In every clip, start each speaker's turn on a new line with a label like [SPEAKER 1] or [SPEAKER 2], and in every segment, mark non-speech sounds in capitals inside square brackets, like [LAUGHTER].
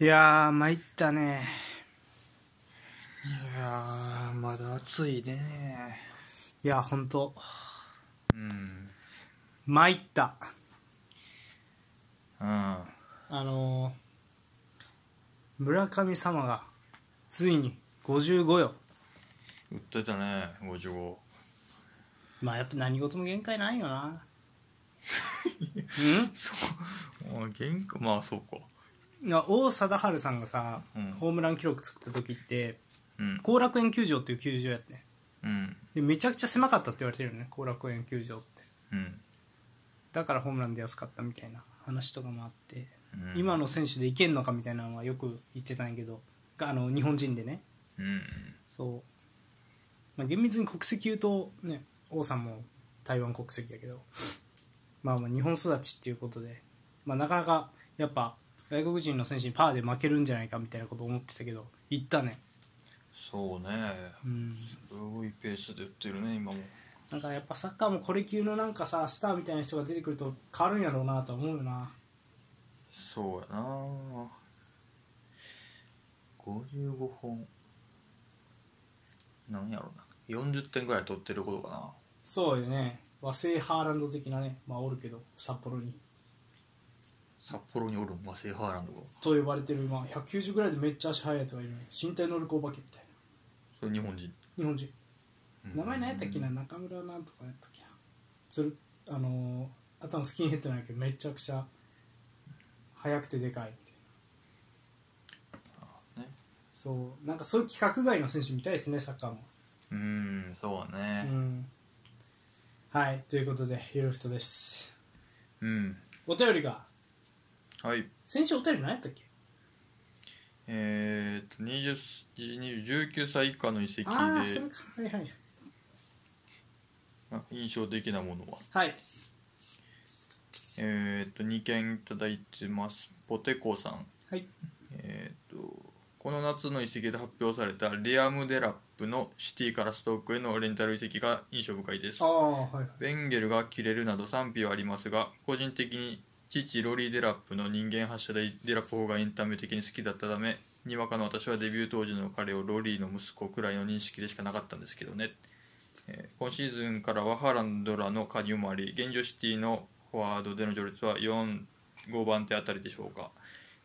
[SPEAKER 1] いやー、参ったね。
[SPEAKER 2] いやーまだ暑いね
[SPEAKER 1] いや、ほんと、
[SPEAKER 2] うん
[SPEAKER 1] 参った。
[SPEAKER 2] うん
[SPEAKER 1] あのー、村神様が、ついに55よ。
[SPEAKER 2] 売ってたね55
[SPEAKER 1] まあ、やっぱ何事も限界ないよ
[SPEAKER 2] [LAUGHS]
[SPEAKER 1] な。
[SPEAKER 2] そうあ限界まあそうか
[SPEAKER 1] んいや、王貞治さんがさ、
[SPEAKER 2] うん
[SPEAKER 1] ホームラン記録作った時って、
[SPEAKER 2] うん
[SPEAKER 1] 後楽園球場っていう球場やってね。
[SPEAKER 2] うん
[SPEAKER 1] で、めちゃくちゃ狭かったって言われてるよね、後楽園球場って。
[SPEAKER 2] うん
[SPEAKER 1] だからホームラン出やすかったみたいな話とかもあって、
[SPEAKER 2] うん
[SPEAKER 1] 今の選手でいけんのかみたいなのはよく言ってたんやけどがあの日本人でね
[SPEAKER 2] うん
[SPEAKER 1] そう、まあ、厳密に国籍言うとね王さんも台湾国籍やけど [LAUGHS] まあまあ日本育ちっていうことで、まあ、なかなかやっぱ外国人の選手にパーで負けるんじゃないかみたいなこと思ってたけど行ったね
[SPEAKER 2] そうね
[SPEAKER 1] うん
[SPEAKER 2] すごいペースで売ってるね今も
[SPEAKER 1] なんかやっぱサッカーもこれ級のなんかさスターみたいな人が出てくると変わるんやろうなとは思うよな
[SPEAKER 2] そうやな55本なんやろな40点ぐらい取ってることかな
[SPEAKER 1] そうよね和製ハーランド的なねまあおるけど札幌に
[SPEAKER 2] 札幌におるマセイハーランドが
[SPEAKER 1] と呼ばれてる、まあ、190ぐらいでめっちゃ足速いやつがいるね身体能力お化けみたいな
[SPEAKER 2] それ日本人
[SPEAKER 1] 日本人名前何やったっけな
[SPEAKER 2] うん
[SPEAKER 1] 中村なんとかやったっけなつるあのー頭スキンヘッドなんやけどめちゃくちゃ速くてでかいみたいな
[SPEAKER 2] ね
[SPEAKER 1] そうなんかそういう規格外の選手見たいですねサッカーも、
[SPEAKER 2] うんそう
[SPEAKER 1] う
[SPEAKER 2] ね
[SPEAKER 1] んはいということでゆるふとです
[SPEAKER 2] うん
[SPEAKER 1] お便りが
[SPEAKER 2] はい
[SPEAKER 1] 先週お便り何やったっけ
[SPEAKER 2] えー、っと20 19歳以下の遺跡で
[SPEAKER 1] ああそれかはいはい
[SPEAKER 2] まあ印象的なものは
[SPEAKER 1] はい
[SPEAKER 2] えー、っと2件いただいてますポテコさん
[SPEAKER 1] はい
[SPEAKER 2] えー、とこの夏の遺跡で発表されたレアムデラップのシティからストークへのレンタル遺跡が印象深いです
[SPEAKER 1] ああはいはい
[SPEAKER 2] ベンゲルが切れるなど賛否はありますが個人的に父ロリー・デラップの人間発射でデラップ方がエンタメ的に好きだったためにわかの私はデビュー当時の彼をロリーの息子くらいの認識でしかなかったんですけどね、えー今シーズンからはハーランドらの加入もあり現状シティのフォワードでの序列は45番手あたりでしょうか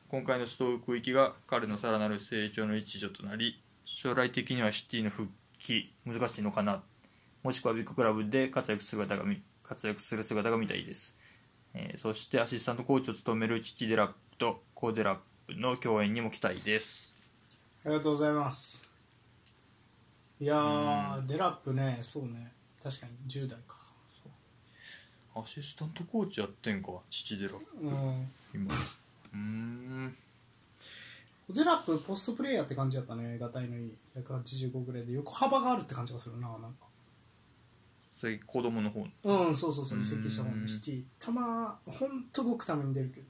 [SPEAKER 2] 今回のストーク行きが彼のさらなる成長の一助となり将来的にはシティの復帰難しいのかなもしくはビッグクラブで活躍する姿が見活躍する姿が見たいです、えーそしてアシスタントコーチを務める父デラップとコデラップの共演にも期待です
[SPEAKER 1] ありがとうございますいやー、デラップねそうね確かに10代か
[SPEAKER 2] アシスタントコーチやってんか父デラップ
[SPEAKER 1] うん
[SPEAKER 2] 今うーん
[SPEAKER 1] デラップポストプレイヤーって感じだったねがたいのいい185ぐらいで横幅があるって感じがするななんか
[SPEAKER 2] それ子供の方
[SPEAKER 1] うんそうそうそう移籍した方
[SPEAKER 2] う
[SPEAKER 1] の
[SPEAKER 2] ん
[SPEAKER 1] シティたまほんとごくために出るけ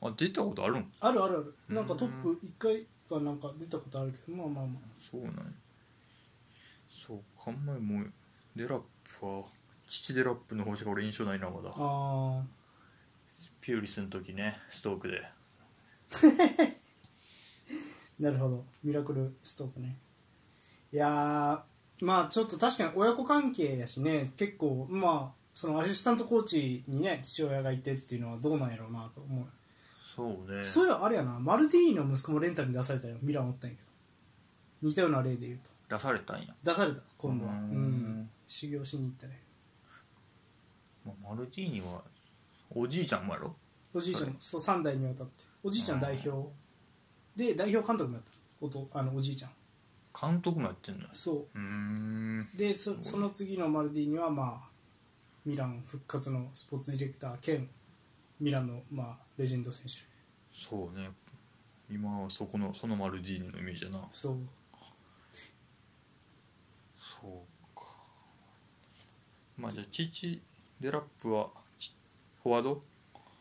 [SPEAKER 1] ど
[SPEAKER 2] あ出たことあるん
[SPEAKER 1] あるあるあるなんかトップ1回はなんか出たことあるけどまあまあまあ
[SPEAKER 2] そうなんやそうかあんまりもうデラップは父デラップの方しか俺印象ないなまだ
[SPEAKER 1] あー
[SPEAKER 2] ピューリスの時ねストークで
[SPEAKER 1] なるほどミラクルストークねいやーまあちょっと確かに親子関係やしね結構まあそのアシスタントコーチにね父親がいてっていうのはどうなんやろうなと思う、
[SPEAKER 2] そうね
[SPEAKER 1] そういえばあれやなマルディーニの息子もレンタルに出されたよミランおったんやけど似たような例で言うと
[SPEAKER 2] 出されたんや
[SPEAKER 1] 出された今度は
[SPEAKER 2] う
[SPEAKER 1] うんん修行しに行ったね
[SPEAKER 2] まあマルティーニはおじいちゃんもやろ
[SPEAKER 1] おじいちゃんも
[SPEAKER 2] は
[SPEAKER 1] そう3代にわたっておじいちゃん代表で代表監督もやったおとあのおじいちゃん
[SPEAKER 2] 監督もやってんのよ
[SPEAKER 1] そう
[SPEAKER 2] うーん
[SPEAKER 1] でそその次のマルディーニはまあミラン復活のスポーツディレクター兼ミランのまあレジェンド選手
[SPEAKER 2] そうね今はそこのそのマルディーニのイメージだな
[SPEAKER 1] そう
[SPEAKER 2] そうかまあじゃあ父デラップはちフォワード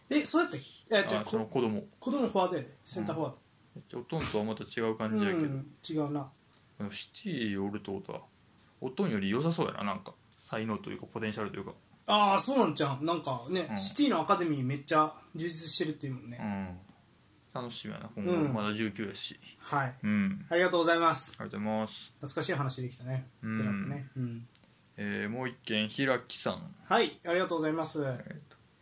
[SPEAKER 1] えそうやったっけえじゃあ
[SPEAKER 2] あその
[SPEAKER 1] こ
[SPEAKER 2] 子供
[SPEAKER 1] 子供フォワードやでセンターフォワー
[SPEAKER 2] おとんとはまた違う
[SPEAKER 1] ド、
[SPEAKER 2] 感
[SPEAKER 1] う
[SPEAKER 2] じやけど、
[SPEAKER 1] ん、違うな
[SPEAKER 2] でもシティおるってことはおとんより良さそうやななんか才能というかポテンシャルというか
[SPEAKER 1] ああそうなんじゃんなんかね、
[SPEAKER 2] うん
[SPEAKER 1] シティのアカデミーめっちゃ充実してるっていうもんね、
[SPEAKER 2] うん楽しみやな今
[SPEAKER 1] う
[SPEAKER 2] 後
[SPEAKER 1] ん
[SPEAKER 2] まだ19やし
[SPEAKER 1] はい
[SPEAKER 2] うん
[SPEAKER 1] ありがとうございます
[SPEAKER 2] ありがとうございます、
[SPEAKER 1] 懐かしい話できたね
[SPEAKER 2] うん
[SPEAKER 1] ブラックねうん
[SPEAKER 2] えーもう一件ひらきさん
[SPEAKER 1] はいありがとうございます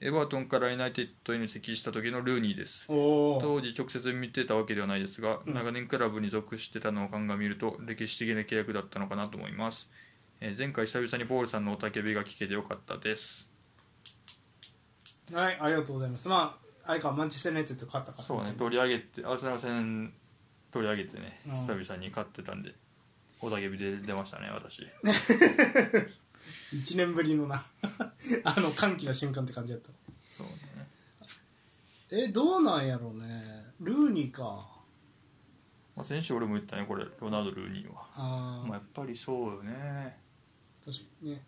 [SPEAKER 2] エバートンからユナイテッドに移籍した時のルーニーです
[SPEAKER 1] おお
[SPEAKER 2] 当時直接見てたわけではないですが、
[SPEAKER 1] うん
[SPEAKER 2] 長年クラブに属してたのを鑑みると歴史的な契約だったのかなと思います、えー前回久々にポールさんの雄たけびが聞けてよかったです
[SPEAKER 1] はいありがとうございますまああれかマンチェスター・ユナイテッド勝ったから
[SPEAKER 2] そうね取り上げてアーセナル戦取り上げてね
[SPEAKER 1] うん
[SPEAKER 2] 久々に勝ってたんで雄たけびで出ましたね私
[SPEAKER 1] 1年ぶりのな [LAUGHS] あの歓喜の瞬間って感じだった
[SPEAKER 2] そうね
[SPEAKER 1] えどうなんやろうねルーニーか
[SPEAKER 2] まあ、先週俺も言ったねこれロナウド・ルーニーは、
[SPEAKER 1] あ
[SPEAKER 2] まあ、や
[SPEAKER 1] あ
[SPEAKER 2] っぱりそうよね、
[SPEAKER 1] 確かにね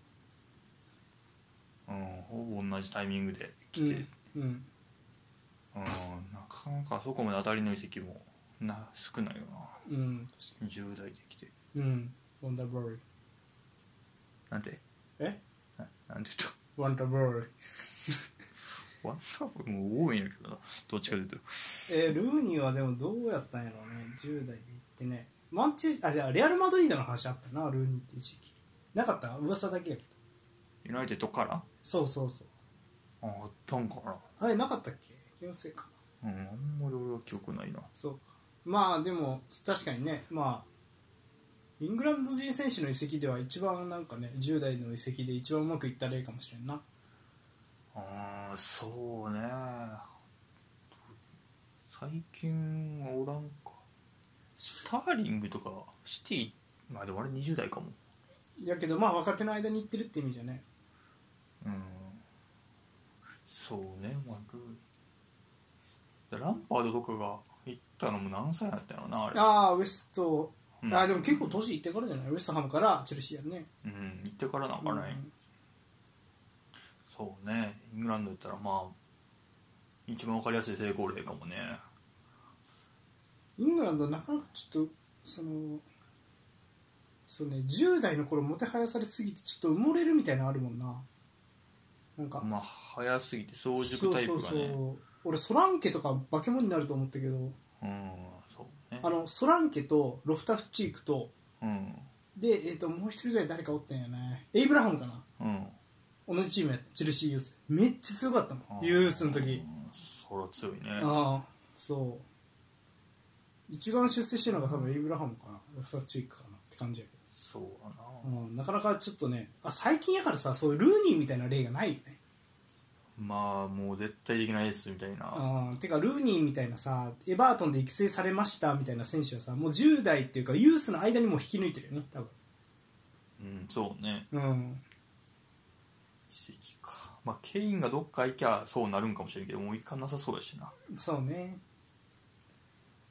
[SPEAKER 2] うん、ほぼ同じタイミングで来
[SPEAKER 1] う
[SPEAKER 2] て、
[SPEAKER 1] ん、うん、
[SPEAKER 2] うん、なかなかあそこまで当たりの移籍もな少ないよ
[SPEAKER 1] うん
[SPEAKER 2] な10代で来て
[SPEAKER 1] うんワンダーボーイ
[SPEAKER 2] なんて
[SPEAKER 1] え
[SPEAKER 2] ななんて言っ
[SPEAKER 1] ワンダーボーイ
[SPEAKER 2] たワンダーボーイも多いんやけどなどっちかというと
[SPEAKER 1] えールーニーはでもどうやったんやろうね10代で行ってねマンチあじゃあレアル・マドリードの話あったなルーニーって一時期なかった噂だけやけど
[SPEAKER 2] ユナイテッドからあ
[SPEAKER 1] そうそうそう
[SPEAKER 2] あったんかな
[SPEAKER 1] あれなかったっけ気のせいか
[SPEAKER 2] うんあんまり俺は記憶ないな
[SPEAKER 1] そうかまあでも確かにねまあイングランド人選手の移籍では一番なんかね10代の移籍で一番うまくいった例かもしれんな
[SPEAKER 2] ああそうね最近はおらんかスターリングとかシティまあでもあれ20代かも
[SPEAKER 1] やけどまあ若手の間に行ってるって意味じゃね
[SPEAKER 2] うんそうねまあルーランパードとかが行ったのも何歳だったのなあれ
[SPEAKER 1] ああウエスト、
[SPEAKER 2] うん
[SPEAKER 1] ああでも結構年いってからじゃないウエストハムからチェルシーやるね
[SPEAKER 2] うん行ってからなんかね、
[SPEAKER 1] うん
[SPEAKER 2] そうねイングランドやったらまあ一番わかりやすい成功例かもね
[SPEAKER 1] イングランドはなかなかちょっとそのそうね10代の頃もてはやされすぎてちょっと埋もれるみたいなのあるもんななんか、
[SPEAKER 2] まあ早すぎて早
[SPEAKER 1] そ
[SPEAKER 2] 熟
[SPEAKER 1] う
[SPEAKER 2] タイプ
[SPEAKER 1] そ
[SPEAKER 2] が
[SPEAKER 1] う
[SPEAKER 2] ね
[SPEAKER 1] そう俺ソランケとか化け物になると思ったけど
[SPEAKER 2] うんそうね
[SPEAKER 1] あのソランケとロフタフチークと
[SPEAKER 2] うん
[SPEAKER 1] で、えー、ともう一人ぐらい誰かおったんやねエイブラハムかな
[SPEAKER 2] うん
[SPEAKER 1] 同じチームやったチェルシーユースめっちゃ強かったのユースの時
[SPEAKER 2] うんそら強いね
[SPEAKER 1] ああそう一番出世してるのが多分エイブラハムかなロフタフチークかなって感じやけど
[SPEAKER 2] そうだな、
[SPEAKER 1] うん、なかなかちょっとねあ最近やからさそういうルーニーみたいな例がないよね
[SPEAKER 2] まあもう絶対的なエースみたいな
[SPEAKER 1] うんてかルーニーみたいなさエバートンで育成されましたみたいな選手はさもう10代っていうかユースの間にもう引き抜いてるよね多分
[SPEAKER 2] うんそうね
[SPEAKER 1] うん
[SPEAKER 2] 奇跡かまあケインがどっか行きゃそうなるんかもしれんけどもう行かなさそうやしな
[SPEAKER 1] そうね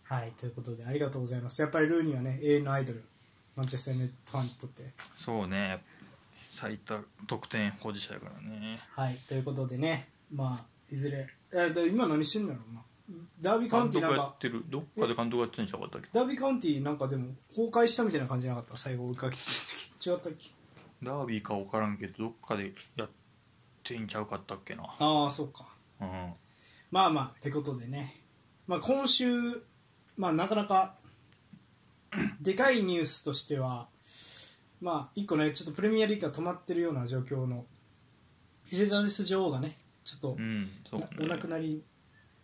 [SPEAKER 1] はいということでありがとうございますやっぱりルーニーはね永遠のアイドルマンチェスター・ユナイテッドファンにとって
[SPEAKER 2] そうね最多得点保持者やからね
[SPEAKER 1] はいということでねまあいずれえっと今何してんだろうなダービーカウンティーなん
[SPEAKER 2] や
[SPEAKER 1] か
[SPEAKER 2] ってるどっかで監督やってるんじゃなかったっけ
[SPEAKER 1] ダービーカウンティーなんかでも崩壊したみたいな感じじゃなかった最後追いかけてた時違ったっけ
[SPEAKER 2] ダービーか分からんけどどっかでやってんちゃうかったっけな
[SPEAKER 1] ああそうか
[SPEAKER 2] うん
[SPEAKER 1] まあまあってことでね、まあ、今週、まあ、なかなかでかいニュースとしてはまあ一個ねちょっとプレミアリーグが止まってるような状況のエリザベス女王がねちょっと
[SPEAKER 2] うんそうね
[SPEAKER 1] お亡くなり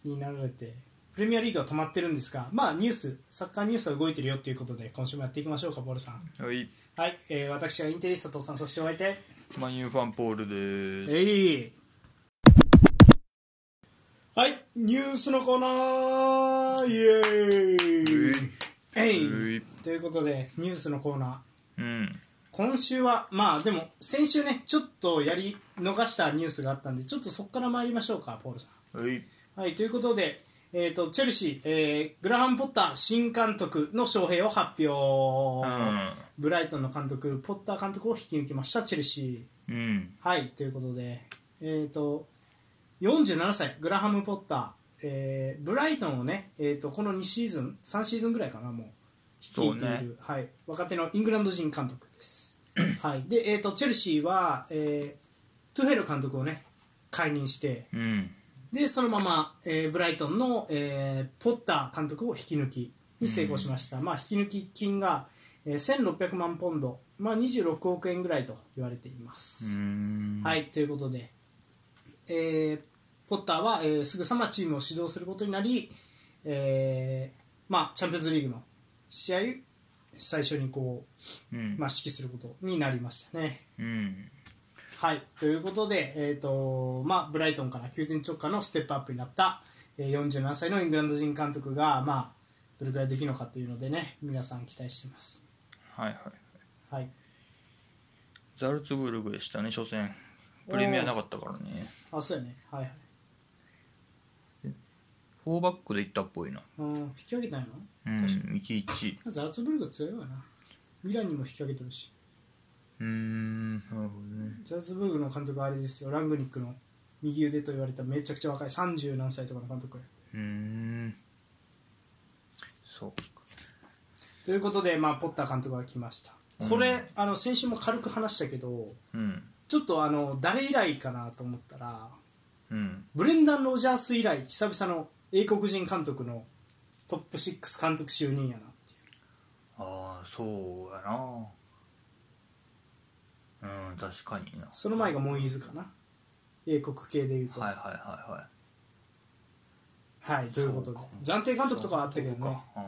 [SPEAKER 1] になられてプレミアリーグは止まってるんですがまあニュースサッカーニュースは動いてるよっていうことで今週もやっていきましょうかボールさん
[SPEAKER 2] はい
[SPEAKER 1] はい、えー私はインテリスタとさんそしてお相手
[SPEAKER 2] マニューファンポールです
[SPEAKER 1] えいはいニュースのコーナーイエーイえい
[SPEAKER 2] はい
[SPEAKER 1] ということでニュースのコーナー
[SPEAKER 2] うん
[SPEAKER 1] 今週はまあでも先週ねちょっとやり逃したニュースがあったんでちょっとそこから参りましょうかポールさ
[SPEAKER 2] はい
[SPEAKER 1] んはいということでえー、とチェルシー、えーグラハン・ポッター新監督の招聘を発
[SPEAKER 2] う
[SPEAKER 1] 表、
[SPEAKER 2] ん
[SPEAKER 1] ブライトンの監督ポッター監督を引き抜きましたチェルシー
[SPEAKER 2] うん
[SPEAKER 1] はい、ということで、えー、と47歳、グラハム・ポッター、えーブライトンをね、えー、とこの2シーズン、3シーズンぐらいかな、もう、率いている、
[SPEAKER 2] そうね
[SPEAKER 1] はい、若手のイングランド人監督
[SPEAKER 2] [CLEARS THROAT]
[SPEAKER 1] です。はいでえー、とチェルシーは、えートゥヘル監督をね解任して、
[SPEAKER 2] うん
[SPEAKER 1] でそのまま、えーブライトンの、えーポッター監督を引き抜きに成功しました、まあ、引き抜き金が、えー1600万ポンド、まあ、26億円ぐらいと言われています、
[SPEAKER 2] ん
[SPEAKER 1] はい、ということで、えーポッターは、えーすぐさまチームを指導することになり、えーまあ、チャンピオンズリーグの試合最初にこ
[SPEAKER 2] うん
[SPEAKER 1] う、まあ、指揮することになりましたね。
[SPEAKER 2] うん
[SPEAKER 1] はい、ということで、えーとまあ、ブライトンから9点直下のステップアップになった、えー47歳のイングランド人監督が、まあ、どれくらいできるのかというのでね皆さん期待しています。
[SPEAKER 2] はいはい
[SPEAKER 1] はい、
[SPEAKER 2] ザルツブルクでしたね初戦プレミアなかったからね
[SPEAKER 1] あそうやね、はいはい
[SPEAKER 2] フォーバックでいったっぽいな
[SPEAKER 1] うん、引き上げたんやの
[SPEAKER 2] うん1-1
[SPEAKER 1] ザラツブルク強いわなミランにも引き上げてるし
[SPEAKER 2] うーんなるほどね
[SPEAKER 1] ザラツブルクの監督はあれですよラングニックの右腕と言われためちゃくちゃ若い30何歳とかの監督
[SPEAKER 2] うーんそう
[SPEAKER 1] ということで、まあ、ポッター監督が来ましたこれ、あの先週も軽く話したけど
[SPEAKER 2] うん
[SPEAKER 1] ちょっとあの誰以来かなと思ったら
[SPEAKER 2] うん
[SPEAKER 1] ブレンダン・ロジャース以来久々の英国人監督のトップ6監督就任やなっていう
[SPEAKER 2] ああそうやなうん確かにな
[SPEAKER 1] その前がモイーズかな英国系でいうと
[SPEAKER 2] はいはいはいはい
[SPEAKER 1] はい、ということで
[SPEAKER 2] そうか
[SPEAKER 1] 暫定監督とかはあったけど
[SPEAKER 2] そう
[SPEAKER 1] ね
[SPEAKER 2] かあ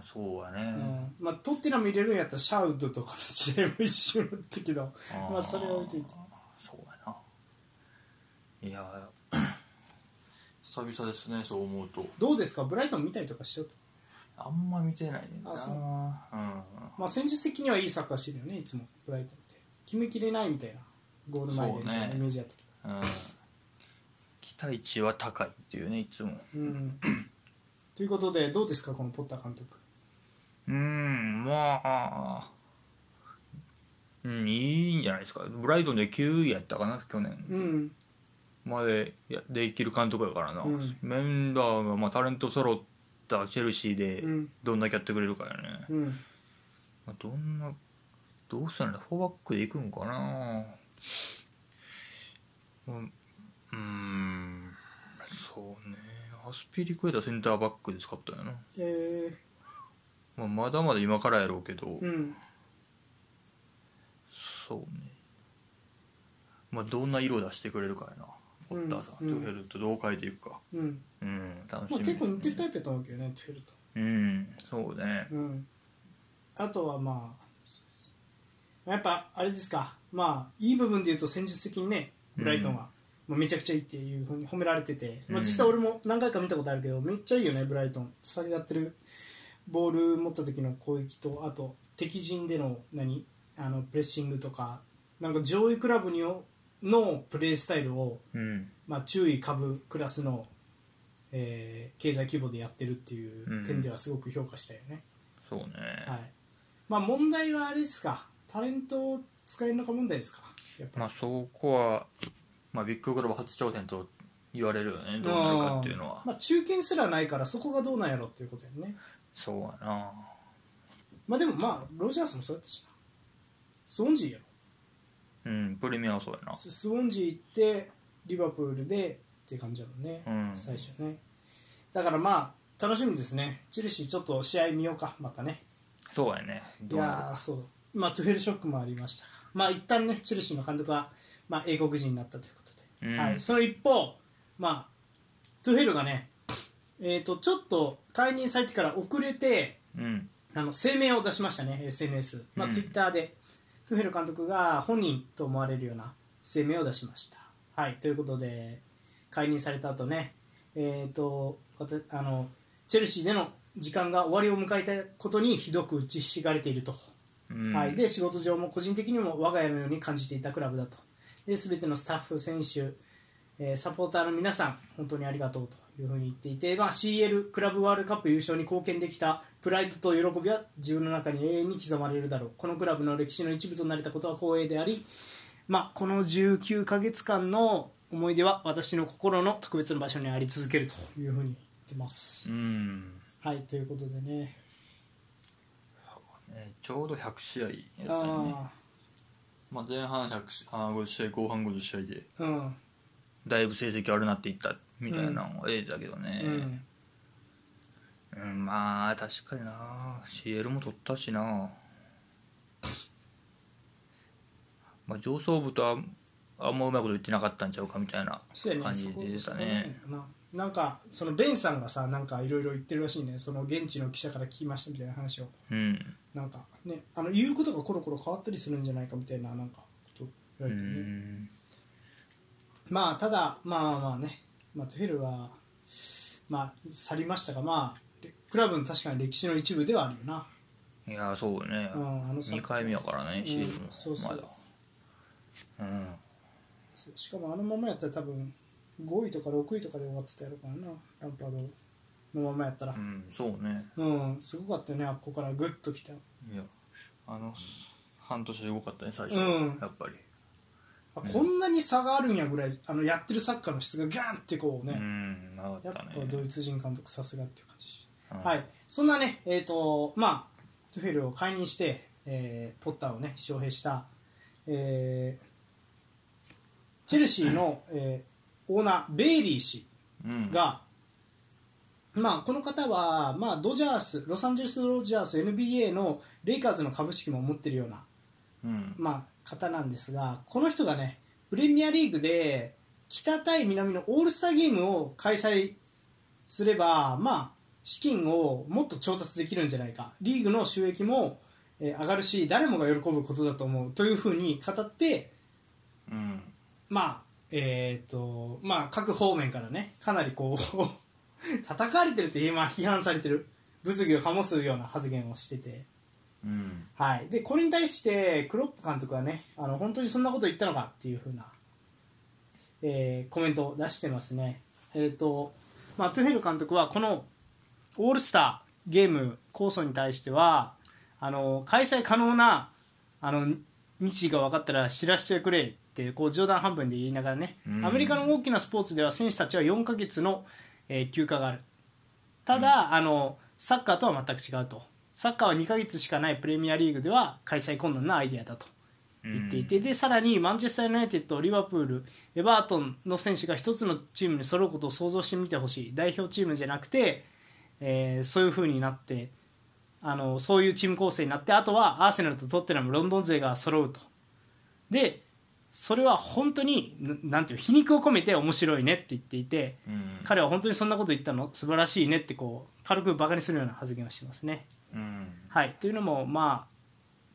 [SPEAKER 2] あそうやね、
[SPEAKER 1] うんまあ、トッテナム入れるんやったらシャウドとかの試合も一緒だったけど
[SPEAKER 2] あー
[SPEAKER 1] まあそれは置いといて
[SPEAKER 2] そうやないや [CLEARS THROAT] 久々ですねそう思うと
[SPEAKER 1] どうですかブライトン見たりとかしようと、
[SPEAKER 2] あんま見てないねんな
[SPEAKER 1] あそうんまあ、戦術的にはいいサッカーしてるよねいつもブライトンって決めきれないみたいなゴール前でみたいな
[SPEAKER 2] そう
[SPEAKER 1] イ
[SPEAKER 2] ね
[SPEAKER 1] メージやったけ
[SPEAKER 2] うん、期待値は高いっていうねいつも
[SPEAKER 1] ど、うん、ということでどうですかこのポッター監督
[SPEAKER 2] うんまあうんいいんじゃないですかブライトンで9位やったかな去年、
[SPEAKER 1] うん
[SPEAKER 2] までやできる監督やからな、
[SPEAKER 1] うん
[SPEAKER 2] メンバーがまあタレント揃ったチェルシーで
[SPEAKER 1] うん
[SPEAKER 2] どんだけやってくれるかよね、
[SPEAKER 1] うん
[SPEAKER 2] まあ、どんなどうしたらフォーバックでいくんかなうんうーんそうねアスピリクエタセンターバックで使ったんやな、
[SPEAKER 1] え
[SPEAKER 2] まあ、まだまだ今からやろうけど、
[SPEAKER 1] ー、うん
[SPEAKER 2] そうねまあどんな色を出してくれるかやなポッターさん、
[SPEAKER 1] うんうん
[SPEAKER 2] トゥヘルとどう変えていくか
[SPEAKER 1] うん、
[SPEAKER 2] うん楽し
[SPEAKER 1] まあ、
[SPEAKER 2] み、
[SPEAKER 1] 結構似てるタイプやと思うけどねトゥフェルと、
[SPEAKER 2] うんそうね
[SPEAKER 1] うん、あとはまあそうですやっぱあれですかまあいい部分で言うと戦術的にねブライトンは、もうめちゃくちゃいいっていうふうに褒められてて、まあ、
[SPEAKER 2] うん
[SPEAKER 1] 実際俺も何回か見たことあるけどめっちゃいいよねブライトン下げやってるボール持った時の攻撃とあと敵陣での何あのプレッシングとかなんか上位クラブによのプレースタイルを、
[SPEAKER 2] うん
[SPEAKER 1] まあ、中位株クラスの、えー経済規模でやってるっていう点ではすごく評価したよね。
[SPEAKER 2] そうね、
[SPEAKER 1] はい、まあ問題はあれですかタレントを使えるのか問題ですかやっぱり、
[SPEAKER 2] まあそこは、まあ、ビッグクラブ初挑戦と言われるよねどうなるかっていうのは
[SPEAKER 1] まあ、中堅すらないからそこがどうなんやろっていうことやね
[SPEAKER 2] そうやな
[SPEAKER 1] まあでもまあロジャースもそうやったしなスウォンジーや
[SPEAKER 2] うんプレミアはそうやな
[SPEAKER 1] ろススウォンジー行ってリバプールでっていう感じだもんね、
[SPEAKER 2] うん
[SPEAKER 1] 最初ねだからまあ楽しみですねチェルシーちょっと試合見ようかまたね
[SPEAKER 2] そうやね
[SPEAKER 1] い
[SPEAKER 2] どうなる
[SPEAKER 1] やーそうまあトゥフェルショックもありましたがまあ一旦ねチェルシーの監督は、まあ、英国人になったということで、
[SPEAKER 2] うん
[SPEAKER 1] はい、その一方、まあ、トゥフェルがね、えー、とちょっと解任されてから遅れて
[SPEAKER 2] うん
[SPEAKER 1] あの声明を出しましたね SNS、まあ
[SPEAKER 2] うん
[SPEAKER 1] ツイッターで、トゥフェル監督が本人と思われるような声明を出しました、はい、ということで解任された後ね、えー、とわたあのチェルシーでの時間が終わりを迎えたことにひどく打ちひしがれていると。
[SPEAKER 2] うん
[SPEAKER 1] はい、で仕事上も個人的にも我が家のように感じていたクラブだとで全てのスタッフ、選手、えーサポーターの皆さん本当にありがとうというふうに言っていて、まあ、CL クラブワールドカップ優勝に貢献できたプライドと喜びは自分の中に永遠に刻まれるだろうこのクラブの歴史の一部となれたことは光栄であり、まあ、この19ヶ月間の思い出は私の心の特別な場所にあり続けるというふうに言ってます。
[SPEAKER 2] うん
[SPEAKER 1] はい、ということでね。
[SPEAKER 2] ねちょうど100試合やったんね
[SPEAKER 1] あ
[SPEAKER 2] まあ、前半100試合あー50試合後半50試合で
[SPEAKER 1] ーうん
[SPEAKER 2] だいぶ成績悪なっていったみたいなのを得てたけどね、
[SPEAKER 1] うん
[SPEAKER 2] うん、まあ確かにな CL も取ったしなまあ上層部とはあんまうまいこと言ってなかったんちゃうかみたいな
[SPEAKER 1] そうや
[SPEAKER 2] 感
[SPEAKER 1] ね
[SPEAKER 2] じ
[SPEAKER 1] そこ
[SPEAKER 2] でし
[SPEAKER 1] そ
[SPEAKER 2] た
[SPEAKER 1] こ
[SPEAKER 2] ね
[SPEAKER 1] なんやななんかそのベンさんがさなんかいろいろ言ってるらしいねその現地の記者から聞きましたみたいな話を
[SPEAKER 2] うん
[SPEAKER 1] なんかねあの言うことがコロコロ変わったりするんじゃないかみたいななんかこと言わ
[SPEAKER 2] う
[SPEAKER 1] れてね
[SPEAKER 2] ん
[SPEAKER 1] まあただまあまあまあね、まあ、トゥヘルはまあ去りましたがまあレクラブの確かに歴史の一部ではあるよな、
[SPEAKER 2] いやそうね
[SPEAKER 1] うん、あのさ
[SPEAKER 2] 2回目やからね
[SPEAKER 1] ん
[SPEAKER 2] CL
[SPEAKER 1] そう
[SPEAKER 2] も
[SPEAKER 1] そ
[SPEAKER 2] ま
[SPEAKER 1] う
[SPEAKER 2] だうん
[SPEAKER 1] そうしかもあのままやったら多分5位とか6位とかで終わってたやろからなランパードのままやったら
[SPEAKER 2] うんそうね
[SPEAKER 1] うん、すごかったよねあっこからグッときた
[SPEAKER 2] いやあの半年で動かったね最初、
[SPEAKER 1] うん
[SPEAKER 2] やっぱり
[SPEAKER 1] あこんなに差があるんやぐらいあのやってるサッカーの質がガーンってこう
[SPEAKER 2] う
[SPEAKER 1] ね、
[SPEAKER 2] んなかっ
[SPEAKER 1] やったぱ
[SPEAKER 2] ね
[SPEAKER 1] ドイツ人監督さすがっていう感じ、
[SPEAKER 2] うん
[SPEAKER 1] はいそんなねえっ、とまあトゥフェルを解任して、えーポッターをね招聘した、えーチェルシーの、えーオーナーベイリー氏
[SPEAKER 2] うん
[SPEAKER 1] が、まあ、この方は、まあ、ドジャースロサンゼルス・ドジャース NBA のレイカーズの株式も持ってるような
[SPEAKER 2] うん
[SPEAKER 1] まあ、方なんですがこの人がねプレミアリーグで北対南のオールスターゲームを開催すれば、まあ、資金をもっと調達できるんじゃないかリーグの収益も、えー上がるし誰もが喜ぶことだと思うというふうに語って、
[SPEAKER 2] うん
[SPEAKER 1] まあえーとまあ、各方面からねかなりこう [LAUGHS] 叩かれてるって今批判されてる物議を醸すような発言をしてて。
[SPEAKER 2] うん
[SPEAKER 1] はい、でこれに対してクロップ監督はねあの本当にそんなこと言ったのかっていうふうな、えーコメントを出してますね、えーとまあ、トゥヘル監督はこのオールスターゲーム構想に対してはあの開催可能なあの日時が分かったら知らせてくれってこう冗談半分で言いながらね、
[SPEAKER 2] うん
[SPEAKER 1] アメリカの大きなスポーツでは選手たちは4ヶ月の、えー休暇があるただ、あのサッカーとは全く違うとサッカーは2ヶ月しかないプレミアリーグでは開催困難なアイデアだと言っていて、でさらにマンチェスター・ユナイテッドリバプールエバートンの選手が一つのチームに揃うことを想像してみてほしい代表チームじゃなくて、えーそういう風になってあのそういうチーム構成になってあとはアーセナルとトッテナムロンドン勢が揃うとでそれは本当にななんていう皮肉を込めて面白いねって言っていて、
[SPEAKER 2] うん
[SPEAKER 1] 彼は本当にそんなこと言ったの素晴らしいねってこう軽くバカにするような発言をしてますね。
[SPEAKER 2] うん
[SPEAKER 1] はい、というのも、まあ、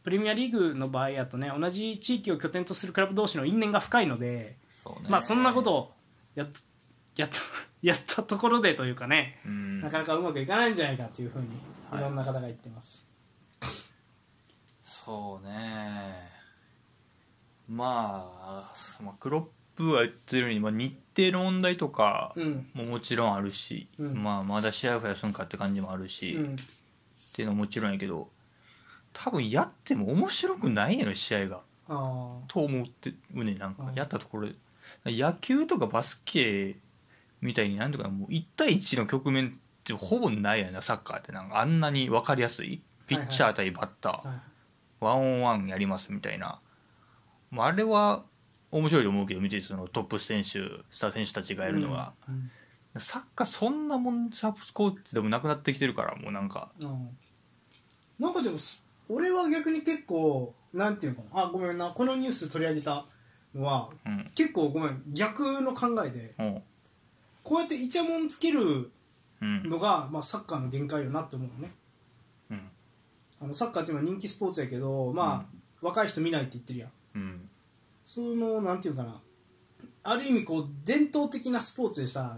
[SPEAKER 1] プレミアリーグの場合だとね同じ地域を拠点とするクラブ同士の因縁が深いので、
[SPEAKER 2] そうね
[SPEAKER 1] まあ、そんなことをやっやったやったところでというかね、
[SPEAKER 2] うん
[SPEAKER 1] なかなかうまくいかないんじゃないかというふうに
[SPEAKER 2] はい
[SPEAKER 1] いろんな方が言ってます。
[SPEAKER 2] そうねまあそまあクロップは言ってるように、まあ、日程の問題とか
[SPEAKER 1] うん
[SPEAKER 2] ももちろんあるし、
[SPEAKER 1] うん
[SPEAKER 2] まあ、まだシェアフやすんかって感じもあるし、
[SPEAKER 1] う
[SPEAKER 2] っ
[SPEAKER 1] ん
[SPEAKER 2] ていうのはもちろんやけど多分やっても面白くないんやろ試合が
[SPEAKER 1] あー
[SPEAKER 2] と思ってうねなんか
[SPEAKER 1] うん
[SPEAKER 2] やったところで野球とかバスケみたいになんとかもう1対1の局面ってほぼないやなサッカーってなんかあんなに分かりやすいピッチャー対バッター、
[SPEAKER 1] はい
[SPEAKER 2] ワンオンワンやりますみたいな、まあ、あれは面白いと思うけど見ててそのトップ選手スター選手たちがやるのが、
[SPEAKER 1] うん
[SPEAKER 2] サッカーそんなもんサブスコーチでもなくなってきてるからもうなんか
[SPEAKER 1] うんなんかでもす俺は逆に結構なんていうのかなあごめんなこのニュース取り上げたのは
[SPEAKER 2] うん
[SPEAKER 1] 結構ごめん逆の考えで
[SPEAKER 2] うん
[SPEAKER 1] こうやってイチャモンつける
[SPEAKER 2] うん
[SPEAKER 1] のが、まあ、サッカーの限界よなって思うのね
[SPEAKER 2] うん
[SPEAKER 1] あのサッカーっていうのは人気スポーツやけど、まあ若い人見ないって言ってるやん
[SPEAKER 2] うん
[SPEAKER 1] そのなんていうのかなある意味こう伝統的なスポーツでさ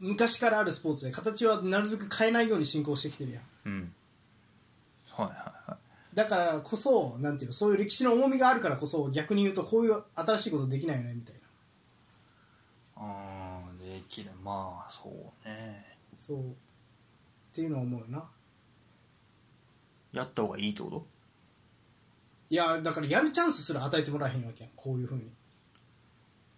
[SPEAKER 1] 昔からあるスポーツで形はなるべく変えないように進行してきてるやん
[SPEAKER 2] うんはいはいはい
[SPEAKER 1] だからこそなんていうのそういう歴史の重みがあるからこそ逆に言うとこういう新しいことできないよねみたいな
[SPEAKER 2] あーできるまあそうね
[SPEAKER 1] そうっていうのは思うよな
[SPEAKER 2] やった方がいいってこと
[SPEAKER 1] いやだからやるチャンスすら与えてもらえへんわけやんこういうふうに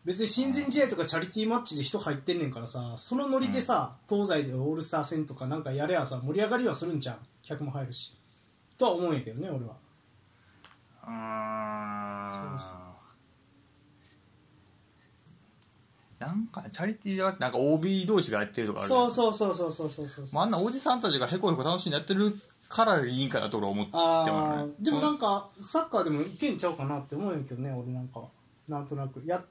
[SPEAKER 1] 別に親善試合とかチャリティーマッチで人入ってんねんからさそのノリでさ、東西でオールスター戦とかなんかやれやさ盛り上がりはするんじゃん客も入るしとは思うんやけどね俺は
[SPEAKER 2] あー
[SPEAKER 1] そうそ
[SPEAKER 2] ななんかチャリティーだなんか OB 同士がやってるとかあるじゃん
[SPEAKER 1] そうそうそうそうそうそうそうそう
[SPEAKER 2] まあ、あんなおじさんたちがへこへこ楽しんでやってるからいいんかなと俺は思って
[SPEAKER 1] あ
[SPEAKER 2] ま
[SPEAKER 1] ーでもなん
[SPEAKER 2] か、
[SPEAKER 1] かサッカーでもいけんちゃうかなって思うんやけどね俺なんかはなんとなくや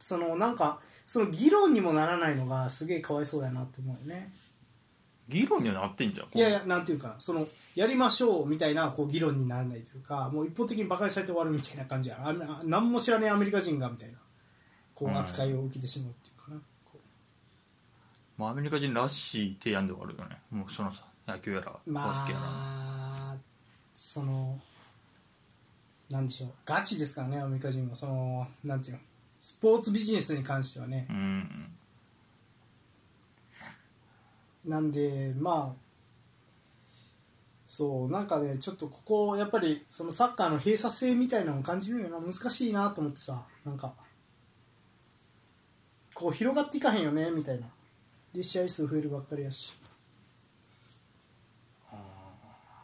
[SPEAKER 1] そのなんかその議論にもならないのがすげえかわいそうやなって思うよね
[SPEAKER 2] 議論にはなってんじゃん
[SPEAKER 1] いやいやなんていうかなそのやりましょうみたいなこう議論にならないというかもう一方的に馬鹿にされて終わるみたいな感じやああ何も知らねえアメリカ人がみたいなこ
[SPEAKER 2] う
[SPEAKER 1] うん扱いを受けてしまうっていうかな、こ
[SPEAKER 2] まあ、アメリカ人らしい提案ではあるよねもうそのさ野球やら
[SPEAKER 1] う
[SPEAKER 2] バス
[SPEAKER 1] ま
[SPEAKER 2] ケやら、
[SPEAKER 1] あそのなんでしょうガチですからねアメリカ人はそのなんていうのスポーツビジネスに関してはね
[SPEAKER 2] うんうん
[SPEAKER 1] なんでまあそうなんかねちょっとここやっぱりそのサッカーの閉鎖性みたいなのを感じるよな難しいなと思ってさなんかこう広がっていかへんよねみたいなで試合数増えるばっかりやし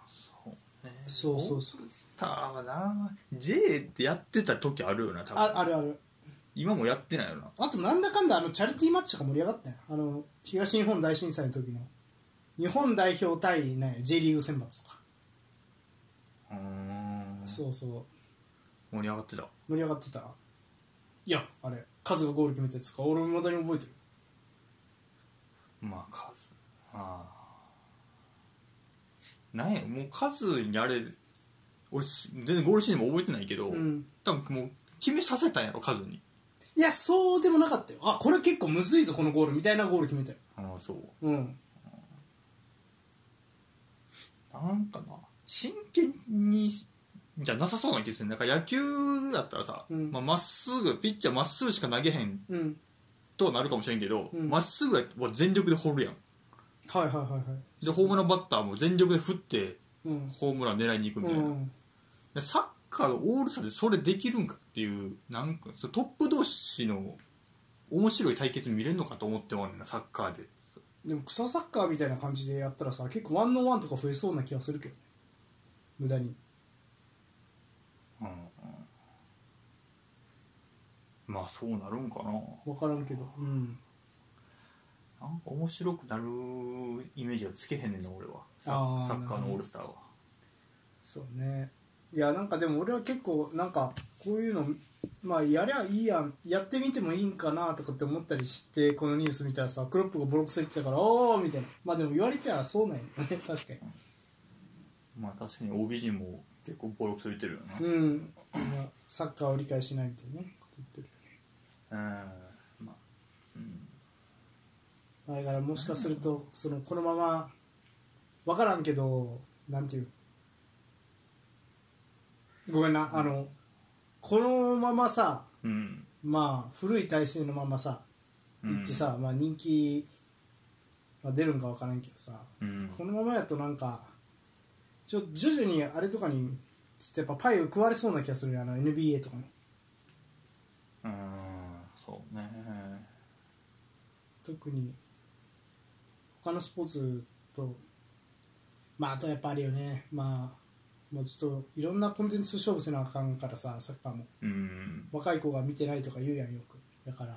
[SPEAKER 2] そうね
[SPEAKER 1] そうそうそう
[SPEAKER 2] たはな J ってやってた時あるよな多分
[SPEAKER 1] ああるある
[SPEAKER 2] 今もやってないよな
[SPEAKER 1] あとなんだかんだあのチャリティーマッチとか盛り上がったよあの東日本大震災の時の日本代表対、ね、J リーグ選抜とか、
[SPEAKER 2] うーん
[SPEAKER 1] そうそう
[SPEAKER 2] 盛り上がってた
[SPEAKER 1] 盛り上がってたいやあれカズがゴール決めたやつか俺もまだに覚えてる
[SPEAKER 2] まあ数ああなんやもう数にあれ俺し全然ゴールシーンも覚えてないけど、
[SPEAKER 1] うん
[SPEAKER 2] 多分もう決めさせたんやろ数に
[SPEAKER 1] いやそうでもなかったよあこれ結構むずいぞこのゴールみたいなゴール決めたよ
[SPEAKER 2] ああそう
[SPEAKER 1] うん
[SPEAKER 2] なんかな真剣にじゃなさそうな気がするなんか野球だったらさ
[SPEAKER 1] うん
[SPEAKER 2] まあまっすぐピッチャーまっすぐしか投げへん
[SPEAKER 1] うん
[SPEAKER 2] とはなるかもしれんけど
[SPEAKER 1] うん
[SPEAKER 2] ま、っすぐは全力で掘るやん
[SPEAKER 1] はいはいはいはい
[SPEAKER 2] でホームランバッターも全力で振って
[SPEAKER 1] うん
[SPEAKER 2] ホームラン狙いに行くみ
[SPEAKER 1] う
[SPEAKER 2] たいな、
[SPEAKER 1] ん
[SPEAKER 2] でサッカーのオールさでそれできるんかっていうなんかそのトップ同士の面白い対決見れるのかと思ってもあるなサッカーで
[SPEAKER 1] でも草サッカーみたいな感じでやったらさ結構ワンのワンとか増えそうな気がするけどね無駄に
[SPEAKER 2] うんまあそうなるんかな
[SPEAKER 1] 分からんけどうん
[SPEAKER 2] なんか面白くなるイメージはつけへんねんな俺はサ
[SPEAKER 1] あー
[SPEAKER 2] サッカーのオールスターは
[SPEAKER 1] そうねいやなんかでも俺は結構なんかこういうのまあやりゃいいやんやってみてもいいんかなとかって思ったりしてこのニュース見たらさクロップがボロクソ言ってたからおーみたいなまあでも言われちゃそうなんよね確かに
[SPEAKER 2] まあ確かに OB 陣も結構ボロクソ言ってるよな
[SPEAKER 1] うん今サッカーを理解しないみたいなねこと言ってる
[SPEAKER 2] うんまあうん
[SPEAKER 1] まあだからもしかするとそのこのまま分からんけどなんていうごめんなあのこのままさ
[SPEAKER 2] うん
[SPEAKER 1] まあ古い体制のままさ
[SPEAKER 2] うん
[SPEAKER 1] 行ってさ、まあ、人気、まあ、出るんか分からんけどさ
[SPEAKER 2] うん
[SPEAKER 1] このままやとなんかちょ徐々にあれとかにちょっとやっぱパイを食われそうな気がするねあの NBA とかも
[SPEAKER 2] うんそうね
[SPEAKER 1] 特に他のスポーツとまああとやっぱあれよねまあもうちょっといろんなコンテンツ勝負せなあかんからさサッカーも
[SPEAKER 2] うん
[SPEAKER 1] 若い子が見てないとか言うやんよくだから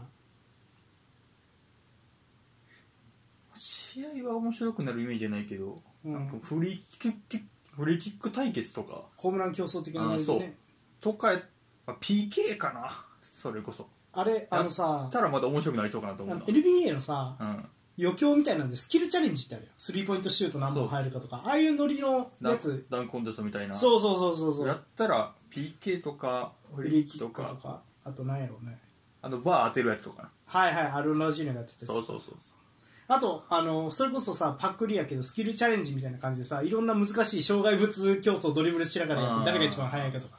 [SPEAKER 2] 試合は面白くなるイメージじゃないけど、
[SPEAKER 1] うん
[SPEAKER 2] なんかフリーキックフリーキック対決とか
[SPEAKER 1] ホームラン競争的なノリでね
[SPEAKER 2] とか、まあ、PK かなそれこそ
[SPEAKER 1] あれあのさ
[SPEAKER 2] たらまた面白くなりそうかなと
[SPEAKER 1] あ
[SPEAKER 2] 思う
[SPEAKER 1] の
[SPEAKER 2] な
[SPEAKER 1] NBA のさ
[SPEAKER 2] うん
[SPEAKER 1] 余興みたいなんでスキルチャレンジってあるよスリーポイントシュート何本入るかとかああいうノリの
[SPEAKER 2] ダ
[SPEAKER 1] や
[SPEAKER 2] ン
[SPEAKER 1] つ
[SPEAKER 2] ダンコンテストみたいな
[SPEAKER 1] そうそうそうそうそ
[SPEAKER 2] や
[SPEAKER 1] う
[SPEAKER 2] ったら PK とかフ
[SPEAKER 1] フ
[SPEAKER 2] リ
[SPEAKER 1] リ
[SPEAKER 2] ー
[SPEAKER 1] ー
[SPEAKER 2] キ
[SPEAKER 1] キ
[SPEAKER 2] ッ
[SPEAKER 1] ッ
[SPEAKER 2] クと
[SPEAKER 1] クと
[SPEAKER 2] か
[SPEAKER 1] かあと何やろうね
[SPEAKER 2] あのバー当てるやつとかな
[SPEAKER 1] はいはいアルナジーニョがやってたやつ
[SPEAKER 2] そうそうそう
[SPEAKER 1] あとあのそれこそさパックリやけどスキルチャレンジみたいな感じでさいろんな難しい障害物競争ドリブルしながらやっ
[SPEAKER 2] あー
[SPEAKER 1] て誰が一番速いかとか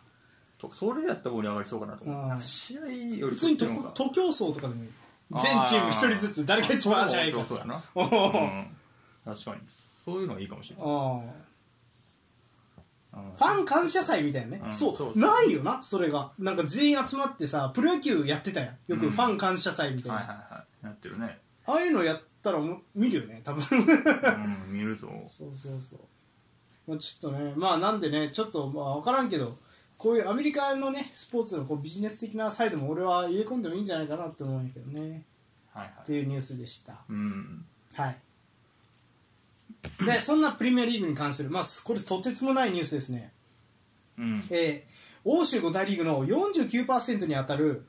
[SPEAKER 2] とそれやったら盛り上がりそうかなと思う
[SPEAKER 1] うん
[SPEAKER 2] なんか試合より
[SPEAKER 1] 普通に
[SPEAKER 2] そ
[SPEAKER 1] 徒
[SPEAKER 2] っちの方が
[SPEAKER 1] 徒競走とかでもいい全チーム一人ずつ誰が一番速いか
[SPEAKER 2] そう
[SPEAKER 1] と
[SPEAKER 2] や
[SPEAKER 1] か
[SPEAKER 2] な
[SPEAKER 1] お
[SPEAKER 2] う
[SPEAKER 1] ー
[SPEAKER 2] ん確かにそういうのはいいかもしれない
[SPEAKER 1] あー
[SPEAKER 2] うん
[SPEAKER 1] ファン感謝祭みたいなね、
[SPEAKER 2] うん
[SPEAKER 1] そう
[SPEAKER 2] そう
[SPEAKER 1] ないよなそれがなんか全員集まってさプロ野球やってたやんよ
[SPEAKER 2] う
[SPEAKER 1] く
[SPEAKER 2] ん
[SPEAKER 1] ファン感謝祭みたいな、
[SPEAKER 2] はいはいはいやってるね
[SPEAKER 1] ああいうのやったらも見るよね多分
[SPEAKER 2] うん見ると
[SPEAKER 1] [LAUGHS] そうそうそう、まあ、ちょっとねまあなんでねちょっとまあ分からんけどこういうアメリカのねスポーツのこうビジネス的なサイドも俺は入れ込んでもいいんじゃないかなって思うんやけどね
[SPEAKER 2] はいはい
[SPEAKER 1] っていうニュースでした。
[SPEAKER 2] うん
[SPEAKER 1] はい、でそんなプレミアリーグに関する、まあ、すこれとてつもないニュースですね、
[SPEAKER 2] うん
[SPEAKER 1] えー欧州5大リーグの49%に当たる、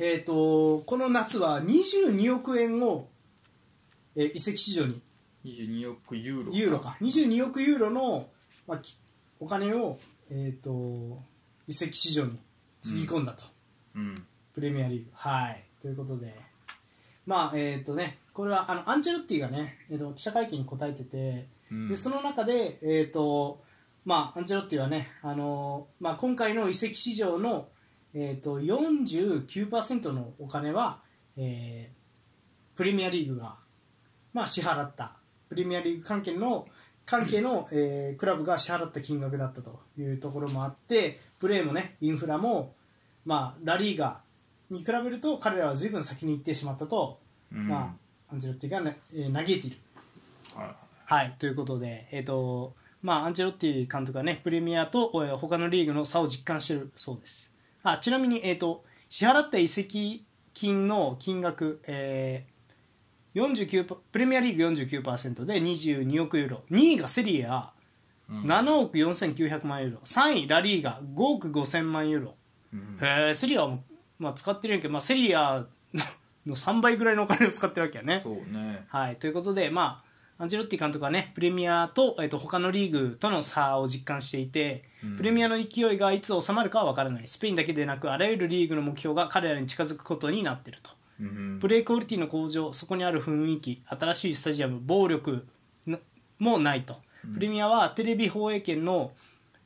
[SPEAKER 1] えー、とこの夏は22億円を、えー移籍市場に
[SPEAKER 2] 22億ユーロ
[SPEAKER 1] ユーロか22億ユーロの、まあ、きお金を、えー、と移籍市場につぎ込んだと。
[SPEAKER 2] うん
[SPEAKER 1] プレミアリーグ。はい。ということで、まあ、えっ、とね、これは、あの、アンチェロッティがね、えー、と記者会見に答えてて、
[SPEAKER 2] うん
[SPEAKER 1] でその中で、えっ、と、まあ、アンチェロッティはね、あのまあ、今回の移籍市場の、えっ、ー、と、49%のお金は、えープレミアリーグが、まあ、支払った。プレミアリーグ関係の、関係の、えークラブが支払った金額だったというところもあって、プレーもね、インフラも、まあ、ラリーガに比べると彼らは随分先に行ってしまったと、
[SPEAKER 2] うん
[SPEAKER 1] まあ、アンジェロッティが、ねえー嘆いている。
[SPEAKER 2] はいはい
[SPEAKER 1] はい、ということで、えーとまあ、アンチェロッティ監督はね、プレミアと、えー他のリーグの差を実感してるそうです。あちなみに、えーと、支払った移籍金の金額、えー49パプレミアリーグ49%で22億ユーロ、2位がセリエ A、
[SPEAKER 2] うん
[SPEAKER 1] 7億4900万ユーロ、3位ラリーガ、5億5000万ユーロ。
[SPEAKER 2] うん
[SPEAKER 1] へえセリアも、まあ、使ってるんやけど、まあ、セリアの3倍ぐらいのお金を使ってるわけやね
[SPEAKER 2] そ。うね
[SPEAKER 1] はい、ということで、まあ、アンジェロッティ監督はねプレミアと,、えっと他のリーグとの差を実感していて、
[SPEAKER 2] うん
[SPEAKER 1] プレミアの勢いがいつ収まるかは分からないスペインだけでなくあらゆるリーグの目標が彼らに近づくことになっていると
[SPEAKER 2] うん
[SPEAKER 1] プレークオリティの向上そこにある雰囲気新しいスタジアム暴力なもないと、プレミアはテレビ放映権の、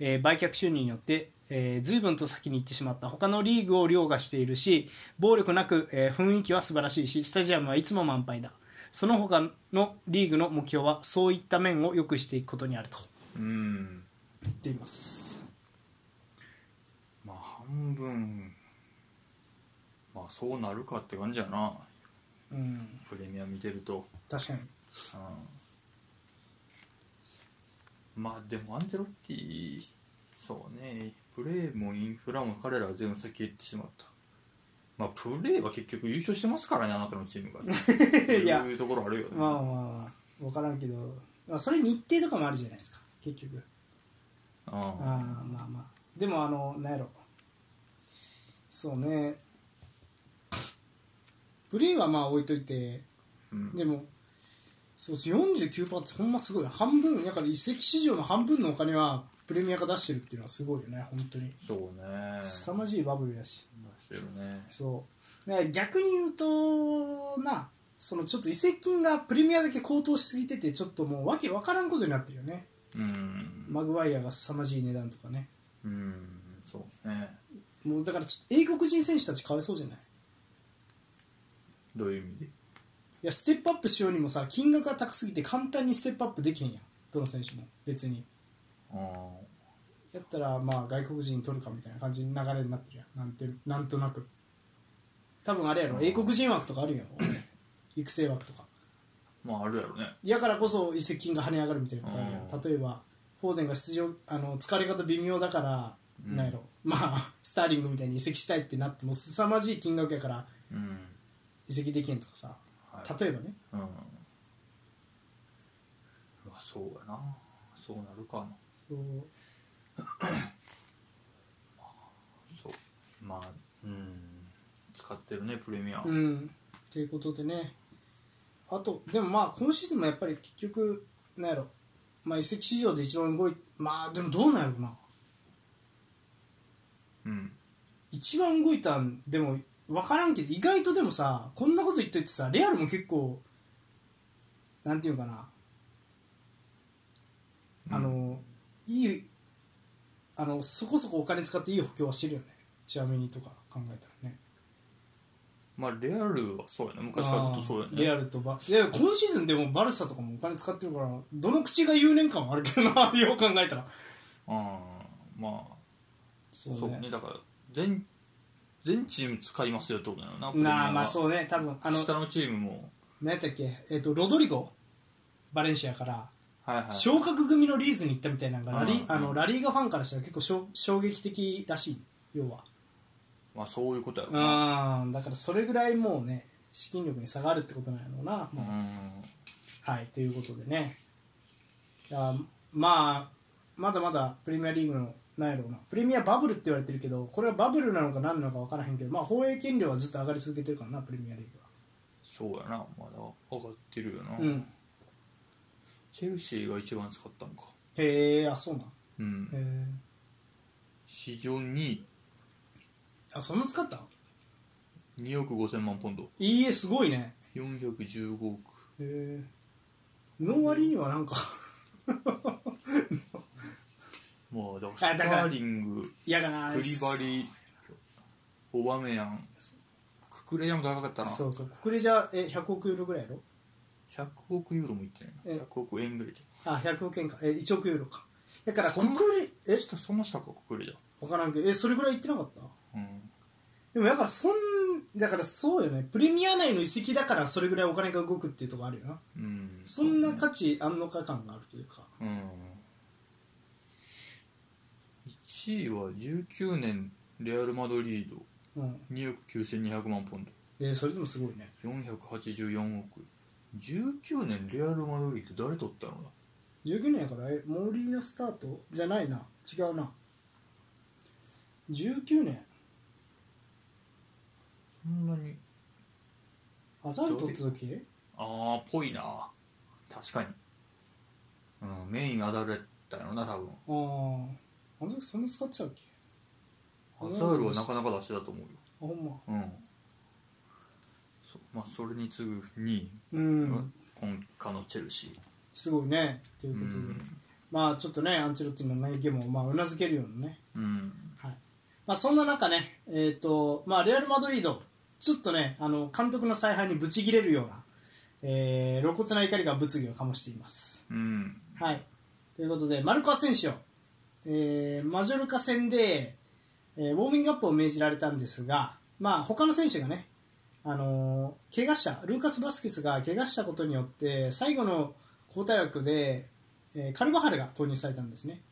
[SPEAKER 1] えー売却収入によって、えー、随分と先に行ってしまった他のリーグを凌駕しているし暴力なく、えー雰囲気は素晴らしいしスタジアムはいつも満杯だその他のリーグの目標はそういった面を良くしていくことにあると
[SPEAKER 2] うん
[SPEAKER 1] 言っています
[SPEAKER 2] まあ半分まあそうなるかって感じやな
[SPEAKER 1] うん
[SPEAKER 2] プレミア見てると、
[SPEAKER 1] 確かに
[SPEAKER 2] うん、まあでもアンジェロッティそうねプレーもインフラも彼らは全部先行ってしまったまあプレーは結局優勝してますからねあなたのチームが
[SPEAKER 1] [LAUGHS] いや
[SPEAKER 2] いうところあるよね、
[SPEAKER 1] まあまあまあ分からんけど、まあ、それ日程とかもあるじゃないですか結局
[SPEAKER 2] うん
[SPEAKER 1] ああまあまあでもあのなんやろそうねプレーはまあ置いといて
[SPEAKER 2] うん
[SPEAKER 1] でもそうっす49%ってほんますごい半分だから移籍市場の半分のお金はプレミアが出してるっていうのはすごいよね本当に
[SPEAKER 2] そうね
[SPEAKER 1] 凄まじいバブルやし
[SPEAKER 2] してるね
[SPEAKER 1] そうだから逆に言うとなそのちょっと移籍金がプレミアだけ高騰しすぎててちょっともうわけわからんことになってるよね
[SPEAKER 2] うん
[SPEAKER 1] マグワイアが凄まじい値段とかね
[SPEAKER 2] うんそうね
[SPEAKER 1] もうだからちょっと英国人選手たちかわいそうじゃない
[SPEAKER 2] どういう意味で
[SPEAKER 1] いやステップアップしようにもさ金額が高すぎて簡単にステップアップできへんやんどの選手も別に
[SPEAKER 2] あ
[SPEAKER 1] やったらまあ外国人取るかみたいな感じの流れになってるやんなんてなんとなく多分あれやろ英国人枠とかあるやろ
[SPEAKER 2] [LAUGHS]
[SPEAKER 1] 育成枠とか
[SPEAKER 2] まああるやろね
[SPEAKER 1] やからこそ移籍金が跳ね上がるみたいなことあるや
[SPEAKER 2] うん
[SPEAKER 1] ん例えばフォーデンが出場あの疲れ方微妙だから、なんやろまあスターリングみたいに移籍したいってなっても凄まじい金額やから
[SPEAKER 2] うん
[SPEAKER 1] 移籍できへんとかさ
[SPEAKER 2] はい
[SPEAKER 1] 例えばね
[SPEAKER 2] うんまあそうやなそうなるかな
[SPEAKER 1] そう
[SPEAKER 2] そうまあうん使ってるねプレミア
[SPEAKER 1] うん、ということでねあとでもまあ今シーズンもやっぱり結局なんやろ、まあ、移籍市場で一番動いまあでもどうなんやろな
[SPEAKER 2] うん
[SPEAKER 1] 一番動いたんでも分からんけど意外とでもさこんなこと言っといてさレアルも結構なんていうのかな、あのいいあのそこそこお金使っていい補強はしてるよねちなみにとか考えたらね
[SPEAKER 2] まあレアルはそうやね昔からずっとそうやね
[SPEAKER 1] レアルとバいや今シーズンでもバルサとかもお金使ってるからどの口が言うねん感はあるけどな [LAUGHS] よう考えたら
[SPEAKER 2] うんまあ
[SPEAKER 1] そ
[SPEAKER 2] そうねだから全全チーム使いますよってことなのなプレミア
[SPEAKER 1] なあ
[SPEAKER 2] は
[SPEAKER 1] まあそうね多分あの
[SPEAKER 2] 下のチームも
[SPEAKER 1] 何やったっけえっ、とロドリゴバレンシアから
[SPEAKER 2] はいはい
[SPEAKER 1] 昇格組のリーズに行ったみたいなのがラリ,、
[SPEAKER 2] うん
[SPEAKER 1] あのラリーガファンからしたら結構しょ衝撃的らしい要は
[SPEAKER 2] まあそういうことやろな
[SPEAKER 1] うんだからそれぐらいもうね資金力に差があるってことなんやろうな、
[SPEAKER 2] うん
[SPEAKER 1] はいということでねいやまあまだまだプレミアリーグのなんやろうなプレミアバブルって言われてるけどこれはバブルなのか何なのか分からへんけど、まあ、放映権料はずっと上がり続けてるからなプレミアリーグは。
[SPEAKER 2] そうやなまだ上がってるよな、
[SPEAKER 1] うん、
[SPEAKER 2] チェルシーが一番使ったんか
[SPEAKER 1] へえあそうなん
[SPEAKER 2] うん、
[SPEAKER 1] へえ
[SPEAKER 2] 市場に
[SPEAKER 1] あそんな使った
[SPEAKER 2] 2億5000万ポンド
[SPEAKER 1] いいえすごいね
[SPEAKER 2] 415億
[SPEAKER 1] へえの割にはなんか [LAUGHS] あ
[SPEAKER 2] まあだからス
[SPEAKER 1] だ
[SPEAKER 2] タ
[SPEAKER 1] から
[SPEAKER 2] ーリング
[SPEAKER 1] 嫌がな
[SPEAKER 2] クリバリオバメヤンククレヤンも高かったな
[SPEAKER 1] そうそう国レじゃえ100億ユーロぐらいやろ
[SPEAKER 2] 100億ユーロもいってな
[SPEAKER 1] え
[SPEAKER 2] いな100億円ぐらいじ
[SPEAKER 1] あ100億円かえ1億ユーロかだから
[SPEAKER 2] そ
[SPEAKER 1] 国
[SPEAKER 2] んな
[SPEAKER 1] レ
[SPEAKER 2] ゃん
[SPEAKER 1] え
[SPEAKER 2] えそんな下かククレじ
[SPEAKER 1] 分からんけどえそれぐらい行ってなかった
[SPEAKER 2] ゃんうん
[SPEAKER 1] でもだからそんだからそうよねプレミア内の遺跡だからそれぐらいお金が動くっていうところあるよな
[SPEAKER 2] うん
[SPEAKER 1] そんな価値あんのか感があるというか
[SPEAKER 2] うん1位は19年レアル・マドリード
[SPEAKER 1] うん
[SPEAKER 2] 2億9200万ポン
[SPEAKER 1] えそれでもすごいね
[SPEAKER 2] ド484億19年レアル・マドリード誰取ったのな
[SPEAKER 1] 19年やからえモーリーナスタートじゃないな違うな19年
[SPEAKER 2] そんなに
[SPEAKER 1] アザール取った時
[SPEAKER 2] ああぽいな確かに、うん、メインアダルやったよな多分
[SPEAKER 1] あああの時そんな使っちゃうっけ
[SPEAKER 2] アザールはなかなか出しだと思うよ
[SPEAKER 1] あほんま
[SPEAKER 2] うんそまあそれに次ぐ2位、
[SPEAKER 1] うん
[SPEAKER 2] 今夏のチェルシ
[SPEAKER 1] すごいねとい
[SPEAKER 2] ーう
[SPEAKER 1] うことで、
[SPEAKER 2] ん
[SPEAKER 1] まあちょっとねアンチェロッティの投げもまあうなずけるようなね
[SPEAKER 2] うん
[SPEAKER 1] はいまあ、そんな中ね、えーとまあ、レアル・マドリード、ちょっとね、あの監督の采配にぶち切れるような、えー露骨な怒りが物議を醸しています。
[SPEAKER 2] うん
[SPEAKER 1] はい、ということで、マルコア選手を、えーマジョルカ戦で、えーウォーミングアップを命じられたんですが、まあ他の選手がね、あのー怪我した、ルーカス・バスケスが怪我したことによって、最後の交代枠で、えーカルバハルが投入されたんですね。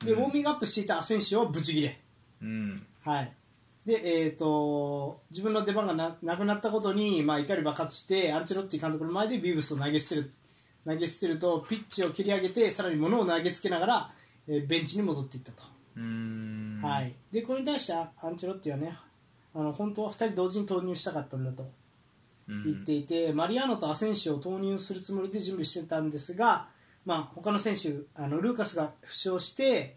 [SPEAKER 1] で、
[SPEAKER 2] うん
[SPEAKER 1] ウォーミングアップしていたアセンシオはブチギレ。
[SPEAKER 2] うん
[SPEAKER 1] はい、で、えー、と自分の出番がななくなったことに、まあ、怒り爆発してアンチェロッティ監督の前でビーブスを投げ捨てる投げ捨てるとピッチを切り上げてさらに物を投げつけながら、えーベンチに戻っていったと、
[SPEAKER 2] うん
[SPEAKER 1] はい、でこれに対してアアンチェロッティはねあの本当は2人同時に投入したかったんだと
[SPEAKER 2] うん
[SPEAKER 1] 言っていて、マリアーノとアセンシオを投入するつもりで準備してたんですが、まあ、他の選手あのルーカスが負傷して、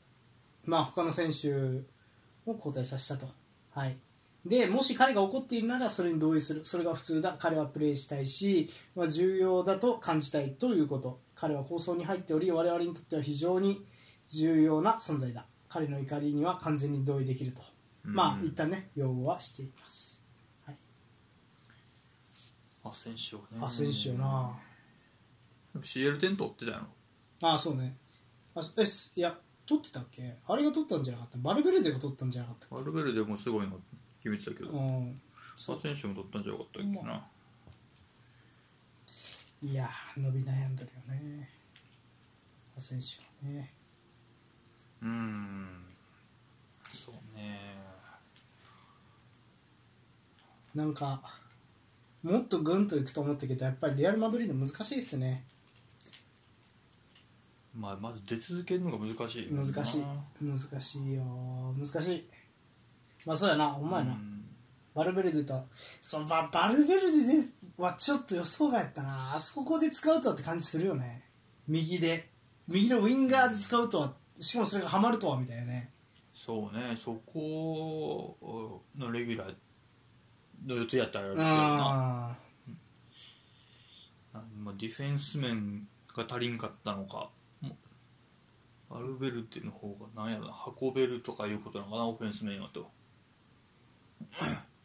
[SPEAKER 1] まあ、他の選手を交代させたと、はい、でもし彼が怒っているならそれに同意するそれが普通だ彼はプレーしたいし、まあ、重要だと感じたいということ彼は構想に入っており我々にとっては非常に重要な存在だ彼の怒りには完全に同意できると、まあ
[SPEAKER 2] うん
[SPEAKER 1] 一旦ね擁護はしています、はい、
[SPEAKER 2] アセンシオね
[SPEAKER 1] アセンシオな、
[SPEAKER 2] でも CL 点取ってたやろ
[SPEAKER 1] ああそうねあすえすいや取ってたっけあれが取ったんじゃなかったバルベルデが取ったんじゃなかったっ
[SPEAKER 2] アルベルでもすごいの決めてたけ
[SPEAKER 1] け
[SPEAKER 2] ど、
[SPEAKER 1] うん
[SPEAKER 2] アセンシオも取ったんじゃなかったっけな、
[SPEAKER 1] いやー伸び悩んでるよねアセンシオね
[SPEAKER 2] うーんそうね
[SPEAKER 1] なんかもっとグンといくと思ったけどやっぱりレアル・マドリード難しいっすね
[SPEAKER 2] まあまず出続けるのが難しい
[SPEAKER 1] 難しい難しいよー難しいまあそうやなほんまやな、バルベルデとそうババルベルデはちょっと予想外やったなあそこで使うとはって感じするよね右で右のウィンガーで使うとはしかもそれがハマるとはみたいなね
[SPEAKER 2] そうねそこのレギュラーの予定やったらやるけどな
[SPEAKER 1] あ
[SPEAKER 2] まあディフェンス面が足りんかったのかもアルベルテの方がなんやろな運べるとかいうことなのかなオフェンス面はと
[SPEAKER 1] ー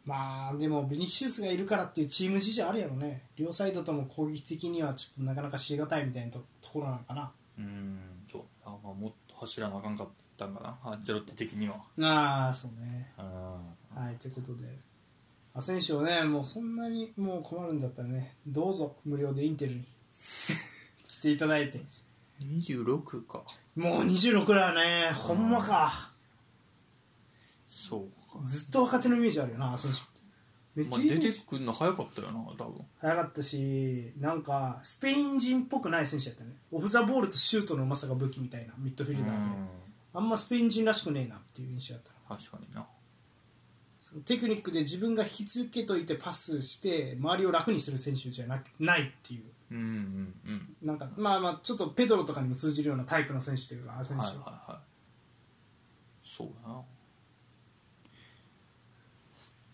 [SPEAKER 1] まあでもビニシウスがいるからっていうチーム事情あるやろね両サイドとも攻撃的にはちょっとなかなかしがたいみたいなとところなのかな
[SPEAKER 2] うーんそうあ、まあ、もっと走らなあかんかったんかなアンチェロッテ的には
[SPEAKER 1] ああそうね
[SPEAKER 2] うん
[SPEAKER 1] はい、ということで、アセンシオね、もうそんなにもう困るんだったらね、どうぞ無料でインテルに [LAUGHS] 来ていただいて、
[SPEAKER 2] 26か
[SPEAKER 1] もう26だよね、ほんまか、
[SPEAKER 2] そうか
[SPEAKER 1] ずっと若手のイメージあるよな、アセンシオって。めっ
[SPEAKER 2] ま
[SPEAKER 1] ち
[SPEAKER 2] あ、
[SPEAKER 1] ゃいい
[SPEAKER 2] 出
[SPEAKER 1] 選手
[SPEAKER 2] てくるの早かったよな多分
[SPEAKER 1] 早かったしなんかスペイン人っぽくない選手やったねオフ・ザ・ボールとシュートのうまさが武器みたいなミッドフィルダーで、
[SPEAKER 2] うん
[SPEAKER 1] あんまスペイン人らしくねえなっていう印象だった
[SPEAKER 2] 確かにな
[SPEAKER 1] そのテクニックで自分が引き付けといてパスして周りを楽にする選手じゃなくないっていう
[SPEAKER 2] うんうん
[SPEAKER 1] なんかまあまあちょっとペドロとかにも通じるようなタイプの選手というかあの
[SPEAKER 2] う
[SPEAKER 1] 選
[SPEAKER 2] ん
[SPEAKER 1] 手
[SPEAKER 2] はい
[SPEAKER 1] は、
[SPEAKER 2] はいはいそうだな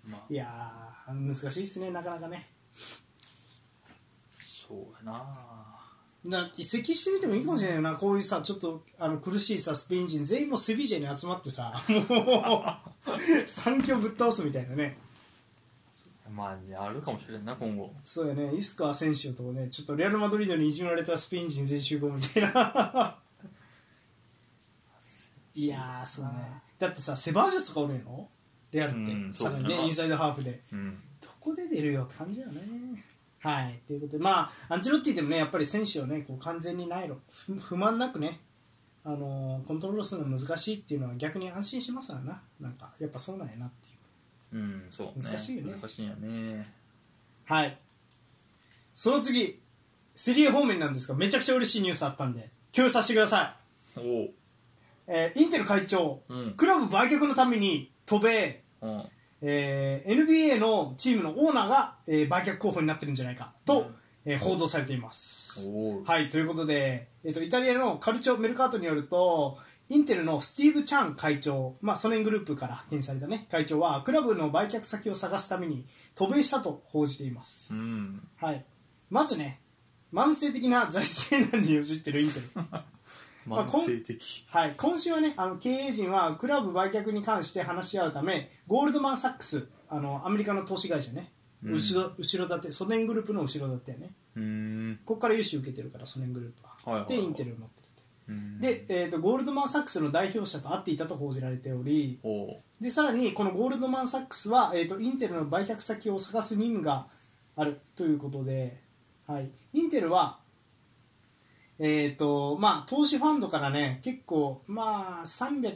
[SPEAKER 2] まあ
[SPEAKER 1] い、やー難しいっすねなかなかね
[SPEAKER 2] そうやな
[SPEAKER 1] な移籍してみてもいいかもしれないよなこういうさちょっとあの苦しいさスペイン人全員もうセビージェに集まってさもう三強ぶっ倒すみたいなね
[SPEAKER 2] まあねあるかもしれんな今後
[SPEAKER 1] そうやねイスカー選手とかねちょっとレアル・マドリードにいじめられたスペイン人全員集合みたいないやーそうねだってさセバージャスとかおるんやろレアルって、
[SPEAKER 2] うん
[SPEAKER 1] さらに
[SPEAKER 2] そうだ
[SPEAKER 1] ね
[SPEAKER 2] な
[SPEAKER 1] インサイドハーフで
[SPEAKER 2] うん
[SPEAKER 1] どこで出るよって感じだよね。はい、ということで、まあ、アンチェロッティでもね、やっぱり選手をね、こう完全にないの、ふ不満なくね、あのーコントロールするの難しいっていうのは逆に安心しますからな、なんか、やっぱそうなんやなっていう。
[SPEAKER 2] うんそうね
[SPEAKER 1] 難しいよね
[SPEAKER 2] 難しいんやね
[SPEAKER 1] はい。その次、セリエ方面なんですが、めちゃくちゃ嬉しいニュースあったんで、共有させてください。
[SPEAKER 2] おお
[SPEAKER 1] えーインテル会長、
[SPEAKER 2] うん
[SPEAKER 1] クラブ売却のために、渡米、
[SPEAKER 2] うん
[SPEAKER 1] えー NBA のチームのオーナーが、えー売却候補になってるんじゃないかと、えー報道されています。
[SPEAKER 2] おお
[SPEAKER 1] はい、ということで、えっとイタリアのカルチョ・メルカートによると、インテルのスティーブ・チャン会長、まあ、ソネングループから派遣された、ね、会長は、クラブの売却先を探すために渡米したと報じています。
[SPEAKER 2] うん
[SPEAKER 1] はい、まずね、慢性的な財政難に陥っているイン
[SPEAKER 2] [LAUGHS]
[SPEAKER 1] テル。まあ
[SPEAKER 2] 慢性的
[SPEAKER 1] はい、今週はねあの経営陣はクラブ売却に関して話し合うためゴールドマン・サックスあのアメリカの投資会社ね、
[SPEAKER 2] うん
[SPEAKER 1] 後ろ後ろ盾ソネングループの後ろ盾やね
[SPEAKER 2] うーん
[SPEAKER 1] ここから融資受けてるからソネングループは,、
[SPEAKER 2] はいはいはい
[SPEAKER 1] でインテルを持ってる
[SPEAKER 2] うん
[SPEAKER 1] で、えー、とゴールドマン・サックスの代表者と会っていたと報じられており
[SPEAKER 2] おお
[SPEAKER 1] でさらにこのゴールドマン・サックスは、えー、とインテルの売却先を探す任務があるということで、はい、インテルは、えーとまあ、投資ファンドからね結構、まあ、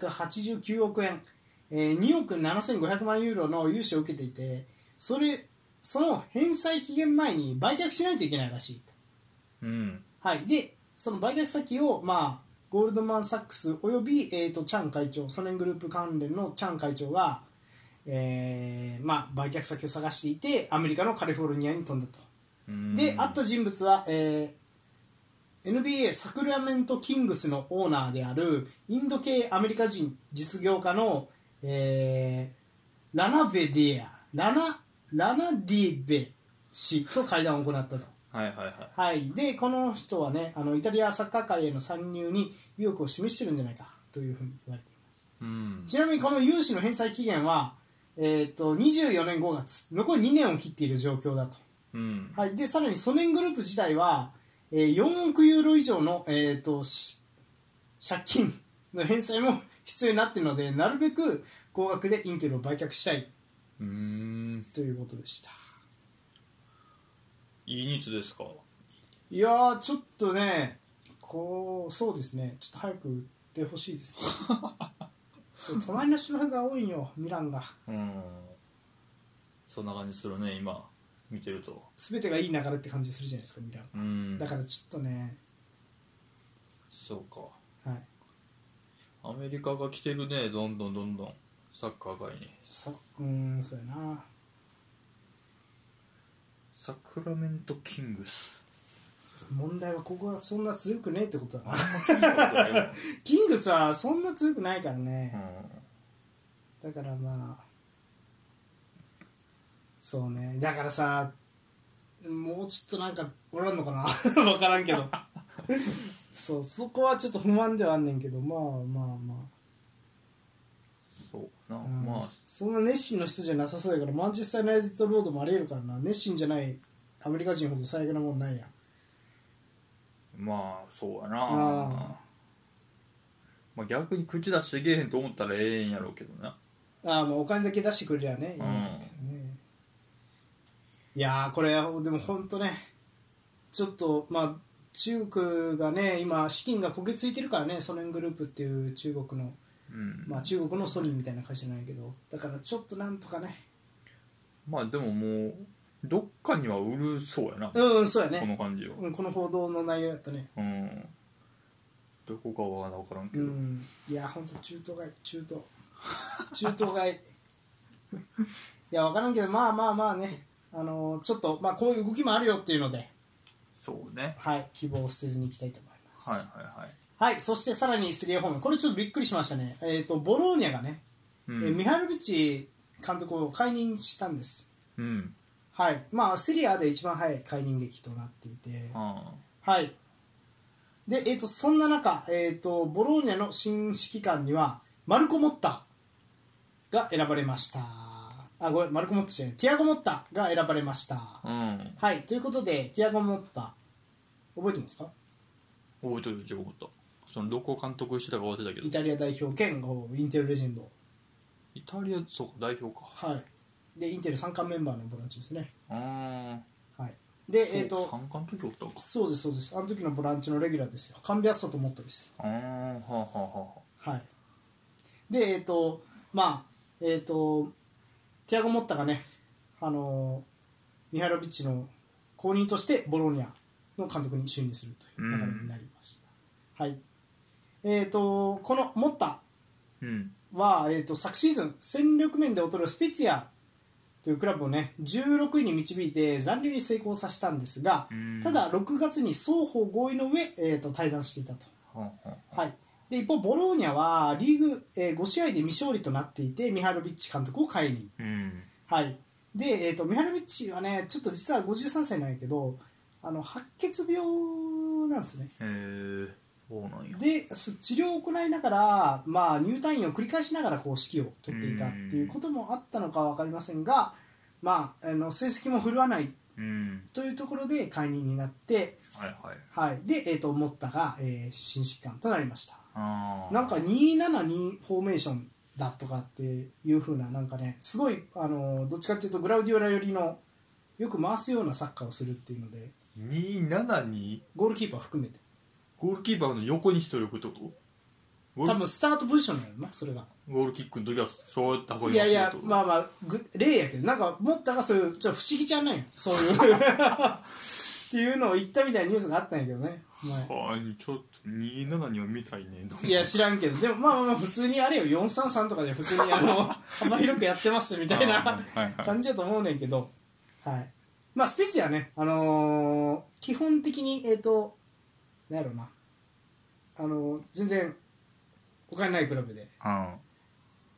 [SPEAKER 1] 389億円、えー2億7500万ユーロの融資を受けていてそれその返済期限前に売却しないといけないらしいと。
[SPEAKER 2] うん
[SPEAKER 1] はい、でその売却先を、まあ、ゴールドマン・サックスおよび、えー、とチャン会長ソ連グループ関連のチャン会長が、えーまあ、売却先を探していてアメリカのカリフォルニアに飛んだと
[SPEAKER 2] うん
[SPEAKER 1] で会った人物は、えー NBA サクラメント・キングスのオーナーであるインド系アメリカ人実業家の、えーラナベディアラナラナディベ氏と会談を行ったと。
[SPEAKER 2] はいはいはい
[SPEAKER 1] はい、でこの人はねあのイタリアサッカー界への参入に意欲を示してるんじゃないかというふうに言われていま
[SPEAKER 2] うん
[SPEAKER 1] すちなみにこの融資の返済期限は、えー、と24年5月残り2年を切っている状況だと、
[SPEAKER 2] うん
[SPEAKER 1] はい、でさらにソネングループ自体は、えー4億ユーロ以上の、えー、とし借金の返済も必要になっているのでなるべく高額でインテルを売却したいう
[SPEAKER 2] ーん
[SPEAKER 1] ということでした
[SPEAKER 2] いいニュースですか
[SPEAKER 1] いやーちょっとねこうそうですねちょっと早く売ってほしい
[SPEAKER 2] [LAUGHS]
[SPEAKER 1] ですねそう隣の芝生が多いんよミランが
[SPEAKER 2] うんそんな感じするね今見てると
[SPEAKER 1] 全てがいい流れって感じするじゃないですかミラン
[SPEAKER 2] うん
[SPEAKER 1] だからちょっとね
[SPEAKER 2] そうか
[SPEAKER 1] はい
[SPEAKER 2] アメリカが来てるねどんどんどんどんサッカー界に
[SPEAKER 1] そうんそうやな
[SPEAKER 2] サクラメントキングス
[SPEAKER 1] そう問題はここはそんな強くねえってことだな [LAUGHS]
[SPEAKER 2] 聞いたことないわ
[SPEAKER 1] キングスはそんな強くないから
[SPEAKER 2] う
[SPEAKER 1] ね、
[SPEAKER 2] ん
[SPEAKER 1] だからまあそうねだからさもうちょっとなんかおらんのかな [LAUGHS] 分からんけ [LAUGHS] どそうそこはちょっと不満ではあんねんけどまあまあま
[SPEAKER 2] そうかな
[SPEAKER 1] あ、
[SPEAKER 2] ま
[SPEAKER 1] うん
[SPEAKER 2] あ
[SPEAKER 1] そんな熱心の人じゃなさそうやからマンチェスター・ユナイテッド・ロードもありえるからな熱心じゃないアメリカ人ほど最悪なもんないやん
[SPEAKER 2] まあそうやな
[SPEAKER 1] あ
[SPEAKER 2] まあ逆に口出してけえへんと思ったらええんやろうけどな
[SPEAKER 1] ああもうお金だけ出してくれりゃねいいんだけどねいやーこれでも本当ねちょっとまあ中国がね今資金が焦げついてるからねソ連グループっていう中国の
[SPEAKER 2] うん
[SPEAKER 1] まあ中国のソニーみたいな会社なんやけどだからちょっとなんとかね
[SPEAKER 2] まあでももうどっかには売るそうやな、
[SPEAKER 1] うんうんそうや
[SPEAKER 2] こ
[SPEAKER 1] ね
[SPEAKER 2] の感じは
[SPEAKER 1] うんこの報道の内容やったね
[SPEAKER 2] うんどこかは分からんけ
[SPEAKER 1] う
[SPEAKER 2] ど、
[SPEAKER 1] んいや本当中東街中東中東街いや分からんけどまあまあまあねあのーちょっと、まあ、こういう動きもあるよっていうので、
[SPEAKER 2] そうね
[SPEAKER 1] はい、希望を捨てずにいきたいと思います
[SPEAKER 2] はいはいはい
[SPEAKER 1] はい、そしてさらに 3A ホーム、これちょっとびっくりしましたね、えー、とボローニャがね、
[SPEAKER 2] う
[SPEAKER 1] えー
[SPEAKER 2] ん、
[SPEAKER 1] ミハルビッチ監督を解任したんです、
[SPEAKER 2] うん、
[SPEAKER 1] はいまあ、セリアで一番早い解任劇となっていて、
[SPEAKER 2] あ
[SPEAKER 1] はいでえー、とそんな中、えーと、ボローニャの新指揮官には、マルコ・モッタが選ばれました、あごめん、マルコ・モッタじゃない、ティアゴ・モッタが選ばれました。
[SPEAKER 2] あうん
[SPEAKER 1] はい、ということで、ティアゴ・モッタ、覚えてますか
[SPEAKER 2] 覚えてるよちょこっとそのどこ監督してたか忘れたけど
[SPEAKER 1] イタリア代表兼おインテルレジェンド。
[SPEAKER 2] イタリアそうか代表か
[SPEAKER 1] はい、でインテル三冠メンバーのボランチですね、
[SPEAKER 2] あ
[SPEAKER 1] はい、
[SPEAKER 2] あ
[SPEAKER 1] でえっ、と
[SPEAKER 2] 三冠時おったのか
[SPEAKER 1] そうですそうですあの時のボランチのレギュラーですよカンビアッソとモットです
[SPEAKER 2] ああはあはあはあ
[SPEAKER 1] はいでえっ、とまあえっ、とティアゴ・モッタがねあのーミハイロビッチの後任としてボローニャの監督に就任するという流れになりました、はいえっ、とこのモッタ
[SPEAKER 2] うん
[SPEAKER 1] は、えー、と昨シーズン戦力面で劣るスピッツィアというクラブをね16位に導いて残留に成功させたんですが
[SPEAKER 2] うん
[SPEAKER 1] ただ6月に双方合意の上、えー、と退団していたと、
[SPEAKER 2] はあはあ
[SPEAKER 1] はい、で一方ボローニャはリーグ、え5試合で未勝利となっていてミハルビッチ監督を解任、
[SPEAKER 2] うん
[SPEAKER 1] はいでえー、とミハルビッチはねちょっと実は53歳なんやけどあの白血病なんですね
[SPEAKER 2] へえそうなんや
[SPEAKER 1] でそ治療を行いながら、まあ、入退院を繰り返しながらこう指揮を執っていたっていうこともあったのかは分かりませんが、まあ、あの成績も振るわない
[SPEAKER 2] うん
[SPEAKER 1] というところで解任になって、
[SPEAKER 2] はいはい
[SPEAKER 1] はい、で、えー、とモッタが、えー新指揮官となりました
[SPEAKER 2] ああ
[SPEAKER 1] なんか272フォーメーションだとかっていう風ななんかねすごいあのどっちかっていうとグラウディオラ寄りのよく回すようなサッカーをするっていうので
[SPEAKER 2] 272
[SPEAKER 1] ゴールキーパー含めて
[SPEAKER 2] ゴールキーパーの横に一人置くってことゴ
[SPEAKER 1] 多
[SPEAKER 2] ール
[SPEAKER 1] 分スタートポジションだよなそれが。
[SPEAKER 2] ゴールキックの時はそうやって運び
[SPEAKER 1] いやい
[SPEAKER 2] ます
[SPEAKER 1] や
[SPEAKER 2] るってこと
[SPEAKER 1] まあまあぐ例やけどなんかもったがそういうちょっと不思議じゃないよそういうっていうのを言ったみたいなニュースがあったんやけどね、ま
[SPEAKER 2] はいちょっと272は見たいね
[SPEAKER 1] あいや知らんけどでもまあまあまあ普通にあれよ433とかで普通にあの [LAUGHS] 幅広くやってますみ
[SPEAKER 2] み
[SPEAKER 1] たいな
[SPEAKER 2] はいはい
[SPEAKER 1] 感じだと思うねんけどはいまあスピッツやねあのー基本的にえっ、となんやろうなあのー全然お金ないクラブで
[SPEAKER 2] あ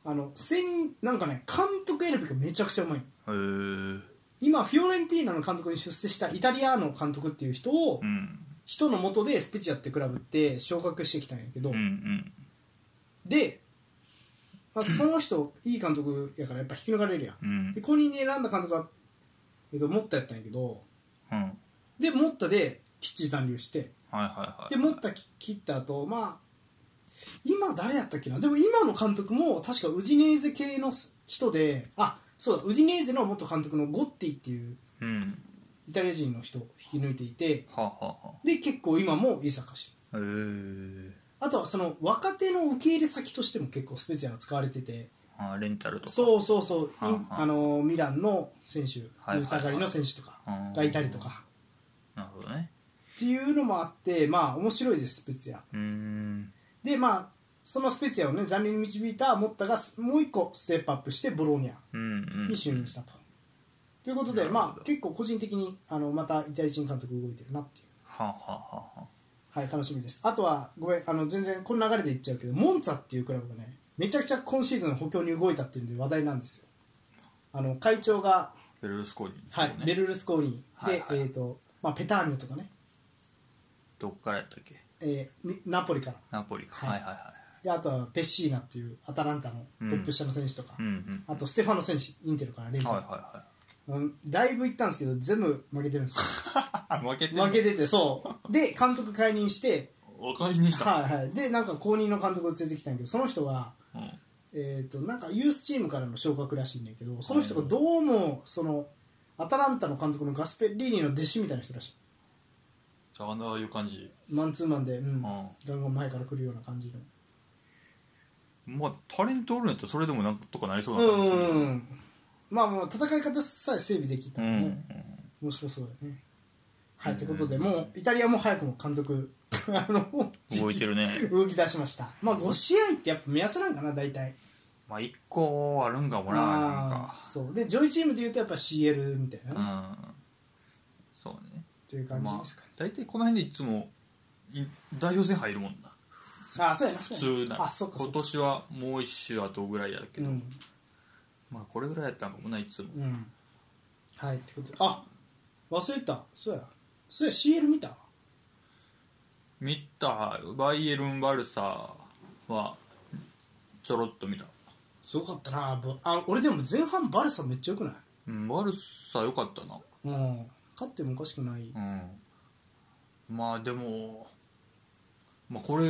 [SPEAKER 1] あのせんなんかね監督選びがめちゃくちゃうまい
[SPEAKER 2] あへえ
[SPEAKER 1] 今フィオレンティーナの監督に出世したイタリアの監督っていう人を、
[SPEAKER 2] うん
[SPEAKER 1] 人の下でスペチアってクラブって昇格してきたんやけど、
[SPEAKER 2] うんうん
[SPEAKER 1] で、まあ、その人いい監督やからやっぱ引き抜かれるやん
[SPEAKER 2] うん
[SPEAKER 1] で後任に選んだ監督は、えっとモッタやったんやけど
[SPEAKER 2] うん
[SPEAKER 1] でモッタできっちり残留して
[SPEAKER 2] はいはいはい
[SPEAKER 1] でモッタき切った後まあ今誰やったっけなでも今の監督も確かウジネーゼ系の人であそうだウジネーゼの元監督のゴッティっていう
[SPEAKER 2] うん
[SPEAKER 1] イタリア人の人を引き抜いていて
[SPEAKER 2] はあはあは
[SPEAKER 1] で結構今もいい作家し
[SPEAKER 2] あへえ
[SPEAKER 1] あとはその若手の受け入れ先としても結構スペツィアが使われてて
[SPEAKER 2] あレンタルとかう
[SPEAKER 1] そうそうそう、
[SPEAKER 2] はあはあ
[SPEAKER 1] インあのミランの選手
[SPEAKER 2] はいはいはい
[SPEAKER 1] 夕下がりの選手とかがいたりとか
[SPEAKER 2] なるほどね
[SPEAKER 1] っていうのもあってまあ面白いですスペツィア
[SPEAKER 2] うーん
[SPEAKER 1] でまあそのスペツィアをね残留に導いたモッタがもう一個ステップアップしてボローニャ
[SPEAKER 2] うんうん
[SPEAKER 1] に就任したと、ということ
[SPEAKER 2] な
[SPEAKER 1] で
[SPEAKER 2] るほど
[SPEAKER 1] まあ結構個人的にあのまたイタリア人監督動いてるなっていう
[SPEAKER 2] はあはあはあは
[SPEAKER 1] はい、楽しみです。あとは、ごめん、あの全然この流れで言っちゃうけど、モンツァっていうクラブがね、めちゃくちゃ今シーズン補強に動いたっていうんで話題なんですよ。あの会長が、
[SPEAKER 2] あベルルスコーニ
[SPEAKER 1] はい、ベルルスコーニーで、
[SPEAKER 2] はいはい
[SPEAKER 1] えーとまあ、ペターニョとかね、
[SPEAKER 2] どっからやったっけ
[SPEAKER 1] えーみナポリから
[SPEAKER 2] ナポリか
[SPEAKER 1] は
[SPEAKER 2] はいいはいはい
[SPEAKER 1] で、あとはペッシーナっていうアタランタのトップ下の選手とか、
[SPEAKER 2] うん
[SPEAKER 1] あとステファノ選手、インテルからレン
[SPEAKER 2] うん
[SPEAKER 1] タル
[SPEAKER 2] はいはいはい
[SPEAKER 1] うんだいぶ行ったんですけど、全部負けてるんですよ。
[SPEAKER 2] あ負けてんの
[SPEAKER 1] 負けてて、そう。で、監督解任して、
[SPEAKER 2] お返しにした、
[SPEAKER 1] はいはい、で、なんか後任の監督を連れてきたんやけど、その人は、
[SPEAKER 2] うん
[SPEAKER 1] えー、となんかユースチームからの昇格らしいんだけどその人がどうもそのアタランタの監督のガスペッリーニの弟子みたいな人らし
[SPEAKER 2] じゃああんないう感じ
[SPEAKER 1] いマンツーマンで、うん
[SPEAKER 2] ん
[SPEAKER 1] ガンガン前から来るような感じの
[SPEAKER 2] まあタレントおるんやったらそれでもなんとかなりそ
[SPEAKER 1] う
[SPEAKER 2] うな感じ
[SPEAKER 1] ん
[SPEAKER 2] す
[SPEAKER 1] う
[SPEAKER 2] る
[SPEAKER 1] んうんまあもう戦い方さえ整備でき
[SPEAKER 2] う
[SPEAKER 1] た
[SPEAKER 2] ん
[SPEAKER 1] ら
[SPEAKER 2] う
[SPEAKER 1] ね、
[SPEAKER 2] ん
[SPEAKER 1] 面白そうだよねはい
[SPEAKER 2] うん
[SPEAKER 1] ということでもうイタリアも早くも監督 [LAUGHS] あの
[SPEAKER 2] 動いてるね
[SPEAKER 1] [LAUGHS] 動き出しましたまあ5試合ってやっぱ目安なんかな大体
[SPEAKER 2] まあ一個あるんかもななんか
[SPEAKER 1] あーそうで上位チームでいうとやっぱ CL みたいな
[SPEAKER 2] う
[SPEAKER 1] ね、
[SPEAKER 2] んそうね
[SPEAKER 1] という感じですかね、
[SPEAKER 2] 大体この辺でいつもい代表戦入るもんな
[SPEAKER 1] ああそうやな
[SPEAKER 2] 普
[SPEAKER 1] 普
[SPEAKER 2] 通な
[SPEAKER 1] あそうかそう
[SPEAKER 2] 今
[SPEAKER 1] か
[SPEAKER 2] 年はもう一週後ぐらいやけ
[SPEAKER 1] う
[SPEAKER 2] ど、
[SPEAKER 1] ん、
[SPEAKER 2] まあこれぐらいやったんかもないつも
[SPEAKER 1] うん、はいってことであ忘れたそうやそうや CL 見た
[SPEAKER 2] 見たバイエルン・バルサはちょろっと見た、
[SPEAKER 1] すごかったなぼあ俺でも前半バルサめっちゃよくない
[SPEAKER 2] うん、バルサ良かったな
[SPEAKER 1] うん勝ってもおかしくない、
[SPEAKER 2] うんまあでも、まあ、これ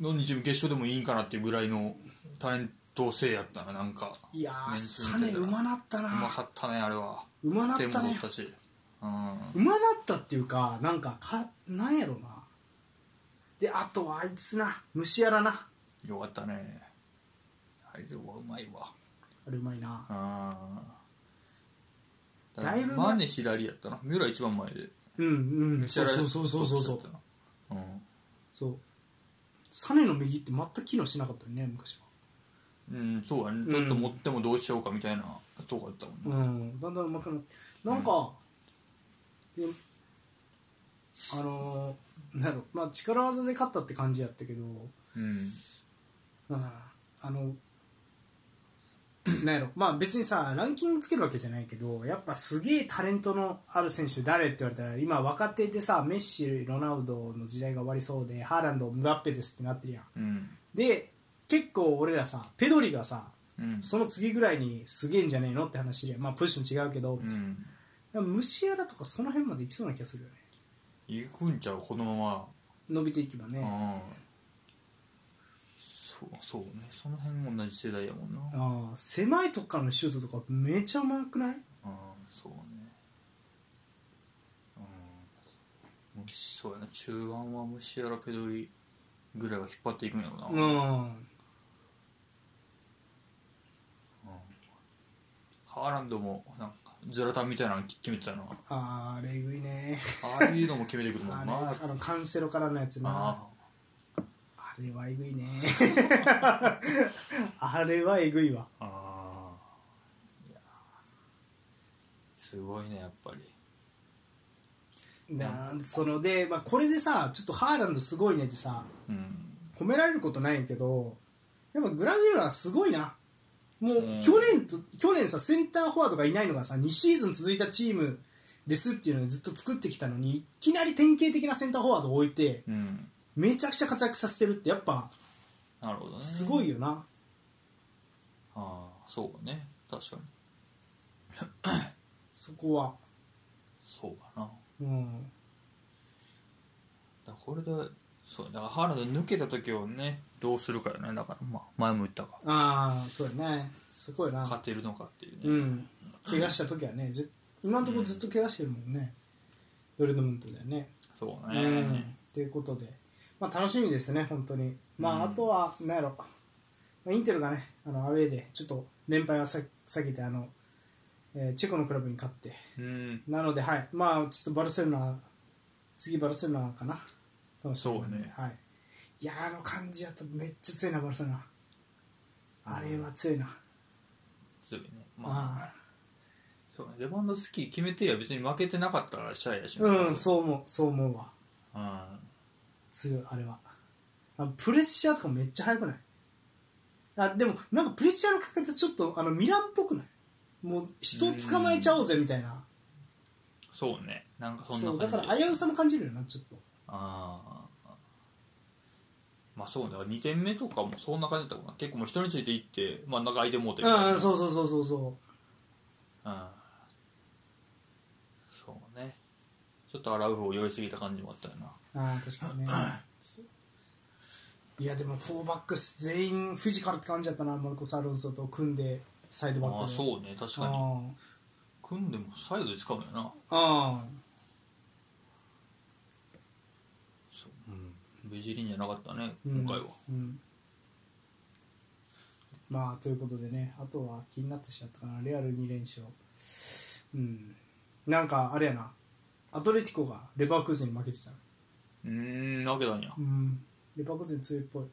[SPEAKER 2] の2チーム決勝でもいいんかなっていうぐらいのタレント性やったななんか
[SPEAKER 1] いや
[SPEAKER 2] メ
[SPEAKER 1] ー
[SPEAKER 2] ンツ
[SPEAKER 1] サ
[SPEAKER 2] 見
[SPEAKER 1] ネ
[SPEAKER 2] てたら
[SPEAKER 1] うまなった
[SPEAKER 2] うま
[SPEAKER 1] な
[SPEAKER 2] かったねあれは
[SPEAKER 1] うまなっ
[SPEAKER 2] 点も
[SPEAKER 1] た
[SPEAKER 2] 取っ
[SPEAKER 1] ね
[SPEAKER 2] たし、うん、
[SPEAKER 1] うまなったっていうかなんかかなんやろなであとはあいつな虫やらな
[SPEAKER 2] よかったねあれはうまいわ
[SPEAKER 1] あれうまいな
[SPEAKER 2] ああ
[SPEAKER 1] だいぶ前
[SPEAKER 2] マネ左やったな三浦一番前で
[SPEAKER 1] うんうんそうそうそうそうそうそう
[SPEAKER 2] う、うん
[SPEAKER 1] そうサネの右って全く機能しなかったよね昔は
[SPEAKER 2] うん、そうやねちょっと持ってもどうしようかみたいなとこやったもんね、
[SPEAKER 1] うんだんだんうまくなってなんか、であのー、なんやろまあ力技で勝ったって感じやったけど、
[SPEAKER 2] うん
[SPEAKER 1] うんあのなんやろまあ別にさランキングつけるわけじゃないけどやっぱすげえタレントのある選手誰って言われたら今若手でさメッシロナウドの時代が終わりそうでハーランドムバッペですってなってるやん
[SPEAKER 2] うん
[SPEAKER 1] で結構俺らさペドリがさ
[SPEAKER 2] うん
[SPEAKER 1] その次ぐらいにすげえんじゃねえのって話でまあポジション違うけど、
[SPEAKER 2] うん
[SPEAKER 1] でも虫やらとかその辺までいきそうな気がするよね
[SPEAKER 2] 行くんちゃうこのま
[SPEAKER 1] 伸びていけばね、
[SPEAKER 2] ま、うん、そうそうねその辺同じ世代やもんな、うん、
[SPEAKER 1] ああ狭いとこからのシュートとかめちゃうまくない
[SPEAKER 2] そうねうん虫そうやな中盤は虫やらペドリぐらいは引っ張っていくんやろな、
[SPEAKER 1] うん
[SPEAKER 2] ハーランドもなんかズラタンみたいなの決めてたな
[SPEAKER 1] ああレグいね
[SPEAKER 2] ああいうのも決めてくるも
[SPEAKER 1] あ [LAUGHS] れ
[SPEAKER 2] んな
[SPEAKER 1] あのカンセロからのやつな
[SPEAKER 2] あ
[SPEAKER 1] あれはえぐいね [LAUGHS] あれはえぐいわ
[SPEAKER 2] ああーいやすごいねやっぱり
[SPEAKER 1] なんそので、まあ、これでさちょっとハーランドすごいねってさ
[SPEAKER 2] うん
[SPEAKER 1] 褒められることないけどやっぱグラデュラはすごいなもう
[SPEAKER 2] うん
[SPEAKER 1] 去年と、去年さセンターフォワードがいないのがさ2シーズン続いたチームですっていうのをずっと作ってきたのにいきなり典型的なセンターフォワードを置いて
[SPEAKER 2] うん
[SPEAKER 1] めちゃくちゃ活躍させてるってやっぱ
[SPEAKER 2] なるほどね
[SPEAKER 1] すごいよな、
[SPEAKER 2] ああそうね確かに
[SPEAKER 1] そこは
[SPEAKER 2] そうかな
[SPEAKER 1] うん
[SPEAKER 2] だからこれでそうだからハーランド抜けた時をねどうするかよねだからまあ前も言ったが
[SPEAKER 1] ああそうやねすごいな
[SPEAKER 2] 勝てるのかっていう
[SPEAKER 1] う
[SPEAKER 2] ね
[SPEAKER 1] ん怪我した時はねぜ今のところずっと怪我してるもんね、ドルトムントだよね
[SPEAKER 2] そう
[SPEAKER 1] う
[SPEAKER 2] ね
[SPEAKER 1] んということで、まあ、楽しみですね本当にまあ、
[SPEAKER 2] うん
[SPEAKER 1] あとはなんやろ、まあ、インテルがねあのアウェーでちょっと連敗はさ避けてあの、えーチェコのクラブに勝って
[SPEAKER 2] うん
[SPEAKER 1] なのではいまあちょっとバルセロナ次バルセロナかな楽しみなんで
[SPEAKER 2] そうね
[SPEAKER 1] はい、いやーあの感じやとめっちゃ強いなバルセロナあれは強いな、
[SPEAKER 2] 強いねまあ
[SPEAKER 1] あ
[SPEAKER 2] そうねレバンドフスキー決めてりゃ別に負けてなかったらシャイやし
[SPEAKER 1] あうんそう思うそう思うわ
[SPEAKER 2] うんあ
[SPEAKER 1] 強いあれはあのプレッシャーとかめっちゃ速くないあでもなんかプレッシャーのかけ方ちょっとあのミランっぽくないもう人捕まえちゃおうぜみたいな
[SPEAKER 2] そうねなんかそ
[SPEAKER 1] そ
[SPEAKER 2] ん
[SPEAKER 1] う
[SPEAKER 2] な
[SPEAKER 1] だ
[SPEAKER 2] 感じ
[SPEAKER 1] から危うさも感じるよなちょっと
[SPEAKER 2] ああまあそうね2点目とかもそんな感じだったかな結構もう人についていって真ん中空いてもうてみたいな
[SPEAKER 1] うんそうそうそうそうそ
[SPEAKER 2] うんそうねちょっと洗う方を寄りすぎた感じもあったよな
[SPEAKER 1] うああ確かにねそういやでも4バックス全員フィジカルって感じだったなマルコス・アロンソと組んでサイドバックで
[SPEAKER 2] ああそうね確かに
[SPEAKER 1] あ
[SPEAKER 2] 組んでもサイドで使うよな
[SPEAKER 1] あああ
[SPEAKER 2] そう、うん、ベジリンじゃなかったね
[SPEAKER 1] うん
[SPEAKER 2] 今回は、
[SPEAKER 1] うんまあということでねあとは気になってしまったかなレアル2連勝うんなんかあれやなアトレティコがレバークーズに負けてたの
[SPEAKER 2] うーんなわけだんや
[SPEAKER 1] うんレバークーズに強いっぽい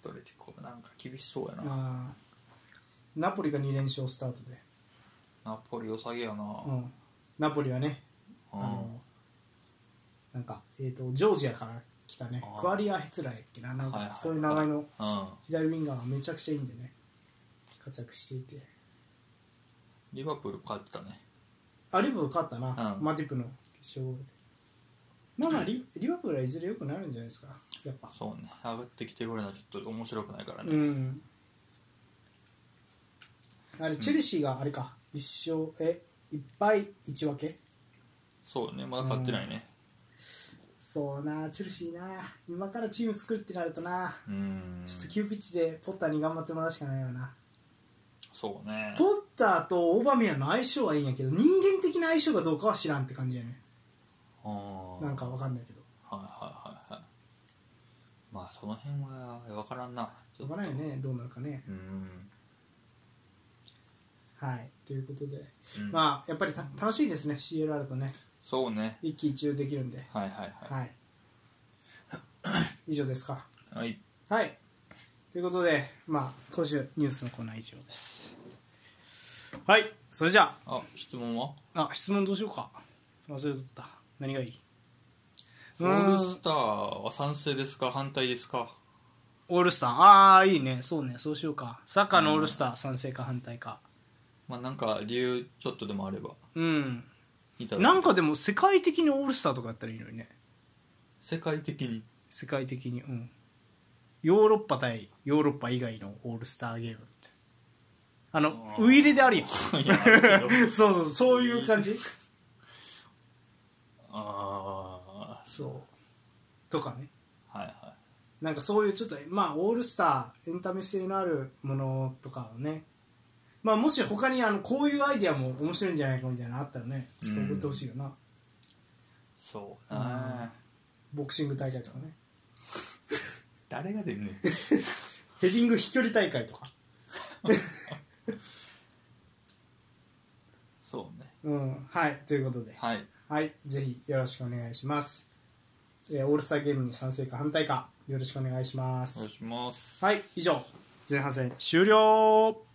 [SPEAKER 2] アトレティコなんか厳しそうやな
[SPEAKER 1] あーナポリが2連勝スタートで、
[SPEAKER 2] ナポリ良さげやな
[SPEAKER 1] うん、ナポリはね
[SPEAKER 2] う
[SPEAKER 1] あ
[SPEAKER 2] ん
[SPEAKER 1] のなんか、えー、とジョージアから来たね
[SPEAKER 2] あー
[SPEAKER 1] クアリア・ヘツラやっけななん
[SPEAKER 2] はい
[SPEAKER 1] か
[SPEAKER 2] はい
[SPEAKER 1] そういう名前の
[SPEAKER 2] うん
[SPEAKER 1] 左ウィンガーがめちゃくちゃいいんでね活躍していて
[SPEAKER 2] リバプール勝ってたね
[SPEAKER 1] あリバプール勝ったな、
[SPEAKER 2] うん
[SPEAKER 1] マティップの決勝ゴールでまあまあリリバプールはいずれ良くなるんじゃないですかやっぱ
[SPEAKER 2] そうね上がってきてくれなちょっと面白くないから
[SPEAKER 1] う
[SPEAKER 2] ね
[SPEAKER 1] んあれチェルシーがあれか、一勝えいっぱい1分け
[SPEAKER 2] そうねまだ勝ってないね
[SPEAKER 1] そうなチェルシーな今からチーム作るってなるとな
[SPEAKER 2] うーん
[SPEAKER 1] ちょっと急ピッチでポッターに頑張ってもらうしかないよな、
[SPEAKER 2] そうね
[SPEAKER 1] ポッターとオバメヤンの相性はいいんやけど人間的な相性がどうかは知らんって感じやね
[SPEAKER 2] あー
[SPEAKER 1] なんかわかんないけど
[SPEAKER 2] はいはいはいはいまあその辺は分からんな
[SPEAKER 1] しょうがないよねどうなるかね
[SPEAKER 2] うーん、
[SPEAKER 1] はいということで、
[SPEAKER 2] うん
[SPEAKER 1] まあやっぱりた楽しいですね CL あるとね
[SPEAKER 2] そうね
[SPEAKER 1] 一喜一憂できるんで
[SPEAKER 2] はいはいは
[SPEAKER 1] はい以上ですか
[SPEAKER 2] いはい
[SPEAKER 1] はいということでまあ今週ニュースのコーナー以上ですはいそれじゃ
[SPEAKER 2] あ質問は
[SPEAKER 1] ああ質問どうしようか忘れとった何がいい
[SPEAKER 2] オールスターは賛成ですか反対ですか
[SPEAKER 1] オールスターああいいねそうねそうしようかサッカーのオールスター賛成か反対か
[SPEAKER 2] まあなんか理由ちょっとでもあれば
[SPEAKER 1] うん
[SPEAKER 2] いただけ
[SPEAKER 1] なんかでも世界的にオールスターとかやったらいいのにね
[SPEAKER 2] 世界的に
[SPEAKER 1] 世界的にうんヨーロッパ対ヨーロッパ以外のオールスターゲームってあのウイレであるよ
[SPEAKER 2] [LAUGHS] いやあるけ
[SPEAKER 1] [LAUGHS]
[SPEAKER 2] ど
[SPEAKER 1] そうそうそういう感じ
[SPEAKER 2] [LAUGHS] あ
[SPEAKER 1] そうとかね
[SPEAKER 2] あはいは
[SPEAKER 1] なんかそういうちょっとまあオールスターエンタメ性のあるものとかをねまあもし他にあのこういうアイデアも面白いんじゃないかみたいなのあったらねちょっと送ってほしいよな、
[SPEAKER 2] いそうね
[SPEAKER 1] ボクシング大会とかね
[SPEAKER 2] 誰が出るね
[SPEAKER 1] ヘディング飛距離大会とか
[SPEAKER 2] そうね
[SPEAKER 1] うんはいということで
[SPEAKER 2] はい
[SPEAKER 1] はいぜひよろしくお願いします、えーオールスターゲームに賛成か反対かよろしくお願いしま
[SPEAKER 2] お願い
[SPEAKER 1] す
[SPEAKER 2] します
[SPEAKER 1] はい以上前半戦終了